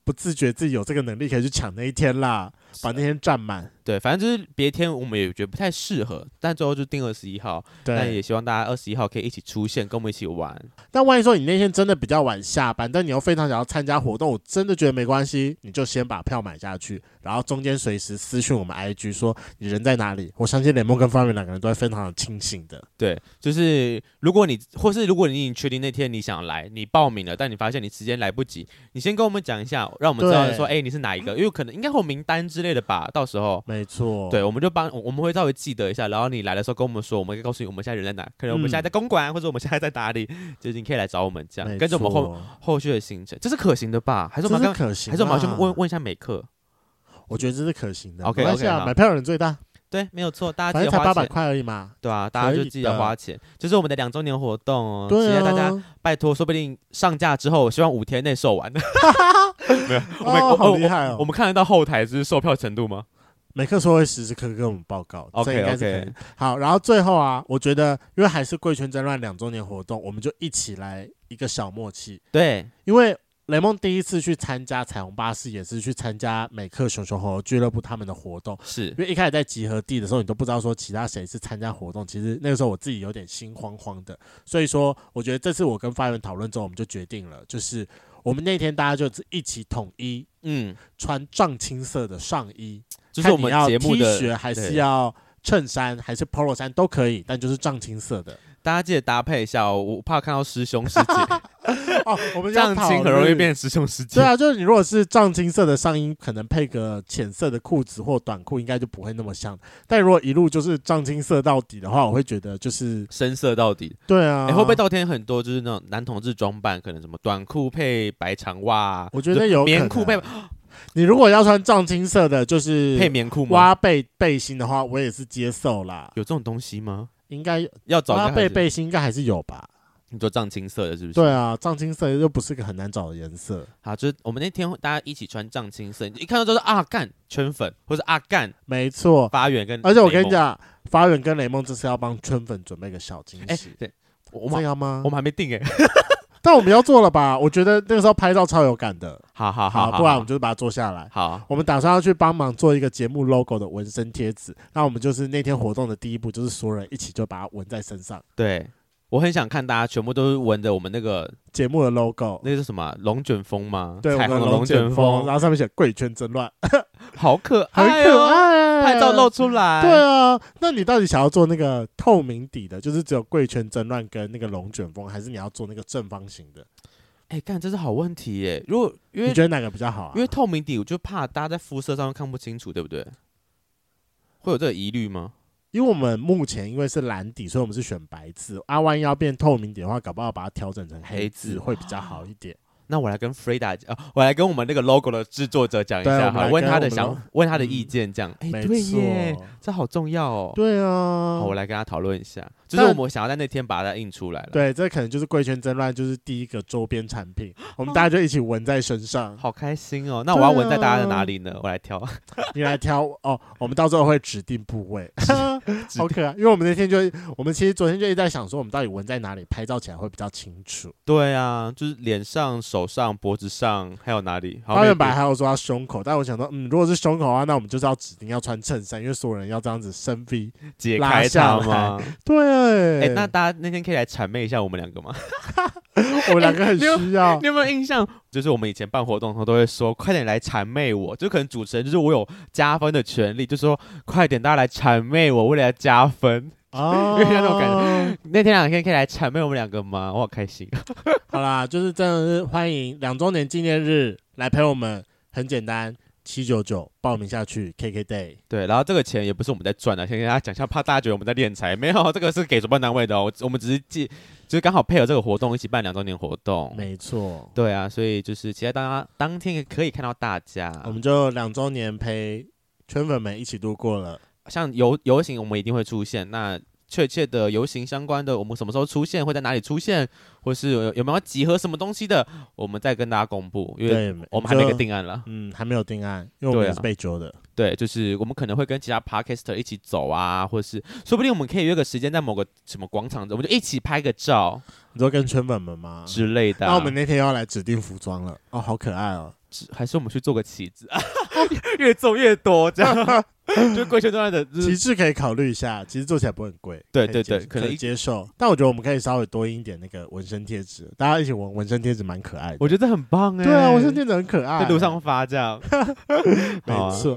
Speaker 1: 不自觉自己有这个能力可以去抢那一天啦，把那天占满。
Speaker 2: 对，反正就是别天我们也觉得不太适合，但最后就定二十一号，但
Speaker 1: 对，
Speaker 2: 也希望大家二十一号可以一起出现，跟我们一起玩。
Speaker 1: 但万一说你那天真的比较晚下班，但你又非常想要参加活动，我真的觉得没关系，你就先把票买下去，然后中间随时私讯我们 IG 说你人在哪里。我相信雷梦跟方圆两个人都会非常的清醒的。
Speaker 2: 对，就是如果你或是如果你已经确定那天你想来，你报名了，但你发现你时间来不及，你先跟我们讲一下，让我们知道
Speaker 1: 对
Speaker 2: 说，哎、你是 哪一个，因为可能应该会有名单之类的吧，到时候。
Speaker 1: 没错，
Speaker 2: 对，我们就帮我我们会稍微记得一下，然后你来的时候跟我们说，我们会告诉你我们现在人在哪，可能我们
Speaker 1: 嗯
Speaker 2: 现在在公馆，或者我们现在在哪里， 就是你可以来找我们这
Speaker 1: 没
Speaker 2: 样，跟着我们后
Speaker 1: 错，
Speaker 2: 后续的行程，这是可行的吧？还是
Speaker 1: 这
Speaker 2: 我们
Speaker 1: 是
Speaker 2: 要跟
Speaker 1: 可行、啊，
Speaker 2: 还是我们要去问问一下美克？
Speaker 1: 我觉得这是可行的。
Speaker 2: OK，
Speaker 1: 没关系
Speaker 2: OK，
Speaker 1: 啊，
Speaker 2: 好
Speaker 1: 买票的人最大，
Speaker 2: 对，没有错，大家
Speaker 1: 反
Speaker 2: 记得
Speaker 1: 正才
Speaker 2: 花
Speaker 1: 八百
Speaker 2: 钱，
Speaker 1: 块而已嘛。
Speaker 2: 对啊，大家就
Speaker 1: 可以
Speaker 2: 记得
Speaker 1: 的
Speaker 2: 花钱，这是我们的两周年活动哦，期
Speaker 1: 对
Speaker 2: 待
Speaker 1: 啊，
Speaker 2: 大家拜托，说不定上架之后，我希望五天内售 完。没有，我们、
Speaker 1: 哦
Speaker 2: 我
Speaker 1: 好
Speaker 2: 我
Speaker 1: 厉害
Speaker 2: 我
Speaker 1: 哦！
Speaker 2: 们看得到后台就是售票程度吗？
Speaker 1: 每课说会时时刻刻跟我们报告
Speaker 2: OK，
Speaker 1: 这应该是可以
Speaker 2: OK
Speaker 1: 好。然后最后啊，我觉得因为还是贵圈争乱两周年活动，我们就一起来一个小默契，
Speaker 2: 对，
Speaker 1: 因为。雷梦第一次去参加彩虹巴士，也是去参加美克熊熊猴俱乐部他们的活动。
Speaker 2: 是
Speaker 1: 因为一开始在集合地的时候，你都不知道说其他谁是参加活动，其实那个时候我自己有点心慌慌的，所以说我觉得这次我跟发源讨论之后，我们就决定了，就是我们那天大家就是一起统一
Speaker 2: 嗯，
Speaker 1: 穿藏青色的上衣，
Speaker 2: 就是我们
Speaker 1: 看你
Speaker 2: 节
Speaker 1: 要
Speaker 2: 目
Speaker 1: T
Speaker 2: 的
Speaker 1: 恤还是
Speaker 2: 对
Speaker 1: 要衬衫还是 polo 衫都可以，但就是藏青色的
Speaker 2: 大家记得搭配一下、哦，我怕看到师 兄师姐，
Speaker 1: 哦。我们
Speaker 2: 这
Speaker 1: 要
Speaker 2: 样
Speaker 1: 讨
Speaker 2: 亲很容易
Speaker 1: 论
Speaker 2: 变师兄师姐。
Speaker 1: 对啊，就是你如果是藏青色的上衣，可能配个浅色的裤子或短裤，应该就不会那么像。但如果一路就是藏青色到底的话，我会觉得就是
Speaker 2: 深色到底，
Speaker 1: 对啊，
Speaker 2: 哎、会不会到天很多就是那种男同志装扮，可能什么短裤配白长袜啊，
Speaker 1: 我觉得有可能
Speaker 2: 棉裤配
Speaker 1: 你如果要穿藏青色的，就是
Speaker 2: 配棉裤吗？
Speaker 1: 挖背背心的话，我也是接受啦。
Speaker 2: 有这种东西吗？
Speaker 1: 应该
Speaker 2: 要找一
Speaker 1: 挖
Speaker 2: 下
Speaker 1: 背
Speaker 2: 还是
Speaker 1: 背心应该还是有吧？
Speaker 2: 你说藏青色的，是不是？
Speaker 1: 对啊，藏青色又不是个很难找的颜色。
Speaker 2: 好，就是我们那天大家一起穿藏青色，你一看到就是啊干圈粉，或是啊干
Speaker 1: 没错，
Speaker 2: 发源跟，
Speaker 1: 而且我跟你，讲，发源跟雷梦这次要帮春粉准备个小惊
Speaker 2: 哎、
Speaker 1: 喜，
Speaker 2: 对，我
Speaker 1: 我
Speaker 2: 我们
Speaker 1: 这
Speaker 2: 还
Speaker 1: 样吗
Speaker 2: 我？们还没定哎、
Speaker 1: 但我们要做了吧？我觉得那个时候拍照超有感的，
Speaker 2: 好好
Speaker 1: 好，
Speaker 2: 好，
Speaker 1: 不然我们就是把它做下来。
Speaker 2: 好
Speaker 1: 我们打算要去帮忙做一个节目 logo 的纹身贴纸，那我们就是那天活动的第一步，就是所有人一起就把它纹在身上，
Speaker 2: 对。我很想看大家全部都是闻着我们那个
Speaker 1: 节目的 logo。
Speaker 2: 那个是什么啊龙卷风吗？
Speaker 1: 对，我
Speaker 2: 彩
Speaker 1: 们
Speaker 2: 虹
Speaker 1: 的
Speaker 2: 的
Speaker 1: 龙
Speaker 2: 卷
Speaker 1: 卷风，然后上面写“贵圈争乱
Speaker 2: 好可”，
Speaker 1: 很
Speaker 2: 爱
Speaker 1: 可
Speaker 2: 哦，
Speaker 1: 爱，
Speaker 2: 拍照露。出来。
Speaker 1: 对啊，那你到底想要做那个透明底的，就是只有“贵圈争乱”跟那个龙卷风，还是你要做那个正方形的？
Speaker 2: 哎，干，这是好问题耶。如果因为
Speaker 1: 你觉得哪个比较好啊？
Speaker 2: 因为透明底，我就怕大家在肤色上面看不清楚，对不对？会有这个疑虑吗？
Speaker 1: 因为我们目前因为是蓝底，所以我们是选白字。啊，万一要变透明底的话，搞不好把它调整成黑
Speaker 2: 黑
Speaker 1: 字
Speaker 2: 字
Speaker 1: 会比较好一点。
Speaker 2: 那我来跟 Freda 讲、呃我来跟我们那个 logo 的制作者讲一
Speaker 1: 对
Speaker 2: 下
Speaker 1: 我们
Speaker 2: 哈，
Speaker 1: 来
Speaker 2: 问
Speaker 1: 跟
Speaker 2: 他
Speaker 1: 我
Speaker 2: 的
Speaker 1: 们
Speaker 2: 想
Speaker 1: 的
Speaker 2: 问他的
Speaker 1: 嗯
Speaker 2: 意见，这样。哎、
Speaker 1: 没
Speaker 2: 对耶，
Speaker 1: 错
Speaker 2: 这好重要哦。
Speaker 1: 对啊
Speaker 2: 好，，我来跟他讨论一下，就是
Speaker 1: 但
Speaker 2: 我们想要在那天把它印出来了。，
Speaker 1: 对，这可能就是贵圈争乱，就是第一个周边产品，我们大家就一起纹在身上。
Speaker 2: 好开心哦。那我要
Speaker 1: 对
Speaker 2: 纹在大家的
Speaker 1: 啊
Speaker 2: 哪里呢？我来挑。
Speaker 1: 你来挑哦，我们到时候会指定部位，
Speaker 2: 指
Speaker 1: 好可爱。因为我们那天就，我们其实昨天就一直在想说，我们到底纹在哪里，拍照起来会比较清楚。
Speaker 2: 对啊，就是脸上、手上、脖子上，还有哪里？好
Speaker 1: 花
Speaker 2: 没
Speaker 1: 原白
Speaker 2: 别
Speaker 1: 还有说他胸口，但我想说，嗯，如果是胸口的话，那我们就是要指定要穿衬衫，因为所有人要这样子伸 V。
Speaker 2: 解
Speaker 1: 拉
Speaker 2: 开
Speaker 1: 下
Speaker 2: 它吗？
Speaker 1: 对，
Speaker 2: 哎、那大家那天可以来谄媚一下我们两个吗？
Speaker 1: 我们两个很
Speaker 2: 哎你有
Speaker 1: 需要
Speaker 2: 你。有没有印象？就是我们以前办活动的时候都会说，快点来谄媚我，就可能主持人就是我有加分的权利，就说快点大家来谄媚我，为了要加分。
Speaker 1: 哦，
Speaker 2: 有点那种感 那天两天可以来谄媚我们两个吗？我好开心。啊
Speaker 1: 好啦，就是真的是欢迎两周年纪念日来陪我们，很简单，七九九报名下去，KK Day。
Speaker 2: 对，然后这个钱也不是我们在赚的，啊先跟大家讲一下，怕大家觉得我们在敛财，没有，这个是给主办单位的、哦，我我们只是借，就是刚好配合这个活动一起办两周年活动。
Speaker 1: 没错，
Speaker 2: 对啊，所以就是期待大家当天可以看到大家。
Speaker 1: 我们就两周年陪圈粉们一起度过了。
Speaker 2: 像游游行，我们一定会出现。那确切的游行相关的，我们什么时候出现，会在哪里出现，或是有有没有集合什么东西的，我们再跟大家公布，因为
Speaker 1: 对，
Speaker 2: 我们还没
Speaker 1: 就
Speaker 2: 个。定案了。
Speaker 1: 嗯，还没有定案，因为我们
Speaker 2: 对啊
Speaker 1: 也是被揪的。
Speaker 2: 对，就是我们可能会跟其他 podcaster 一起走啊，或是说不定我们可以约个时间，在某个什么广场，我们就一起拍个照
Speaker 1: 你说跟圈粉们吗？
Speaker 2: 之类的啊、
Speaker 1: 那我们那天要来指定服装了，哦，好可爱哦！
Speaker 2: 只还是我们去做个旗子， 越做越多这样。就贵圈中的，就
Speaker 1: 旗
Speaker 2: 是
Speaker 1: 帜可以考虑一下，其实做起来不会很贵。
Speaker 2: 对
Speaker 1: 可以
Speaker 2: 对
Speaker 1: 接
Speaker 2: 对
Speaker 1: 可
Speaker 2: 可能
Speaker 1: 以
Speaker 2: 一
Speaker 1: 接受。但我觉得我们可以稍微多印一点那个纹身贴纸，大家一起纹纹身贴纸蛮可爱的。
Speaker 2: 我觉得很棒哎、
Speaker 1: 对啊，纹身贴纸很可爱，
Speaker 2: 在路上啊发这 样，
Speaker 1: 没
Speaker 2: 好啊
Speaker 1: 错。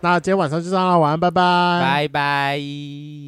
Speaker 1: 那今天晚上就这样了，晚安，拜拜。
Speaker 2: 拜拜。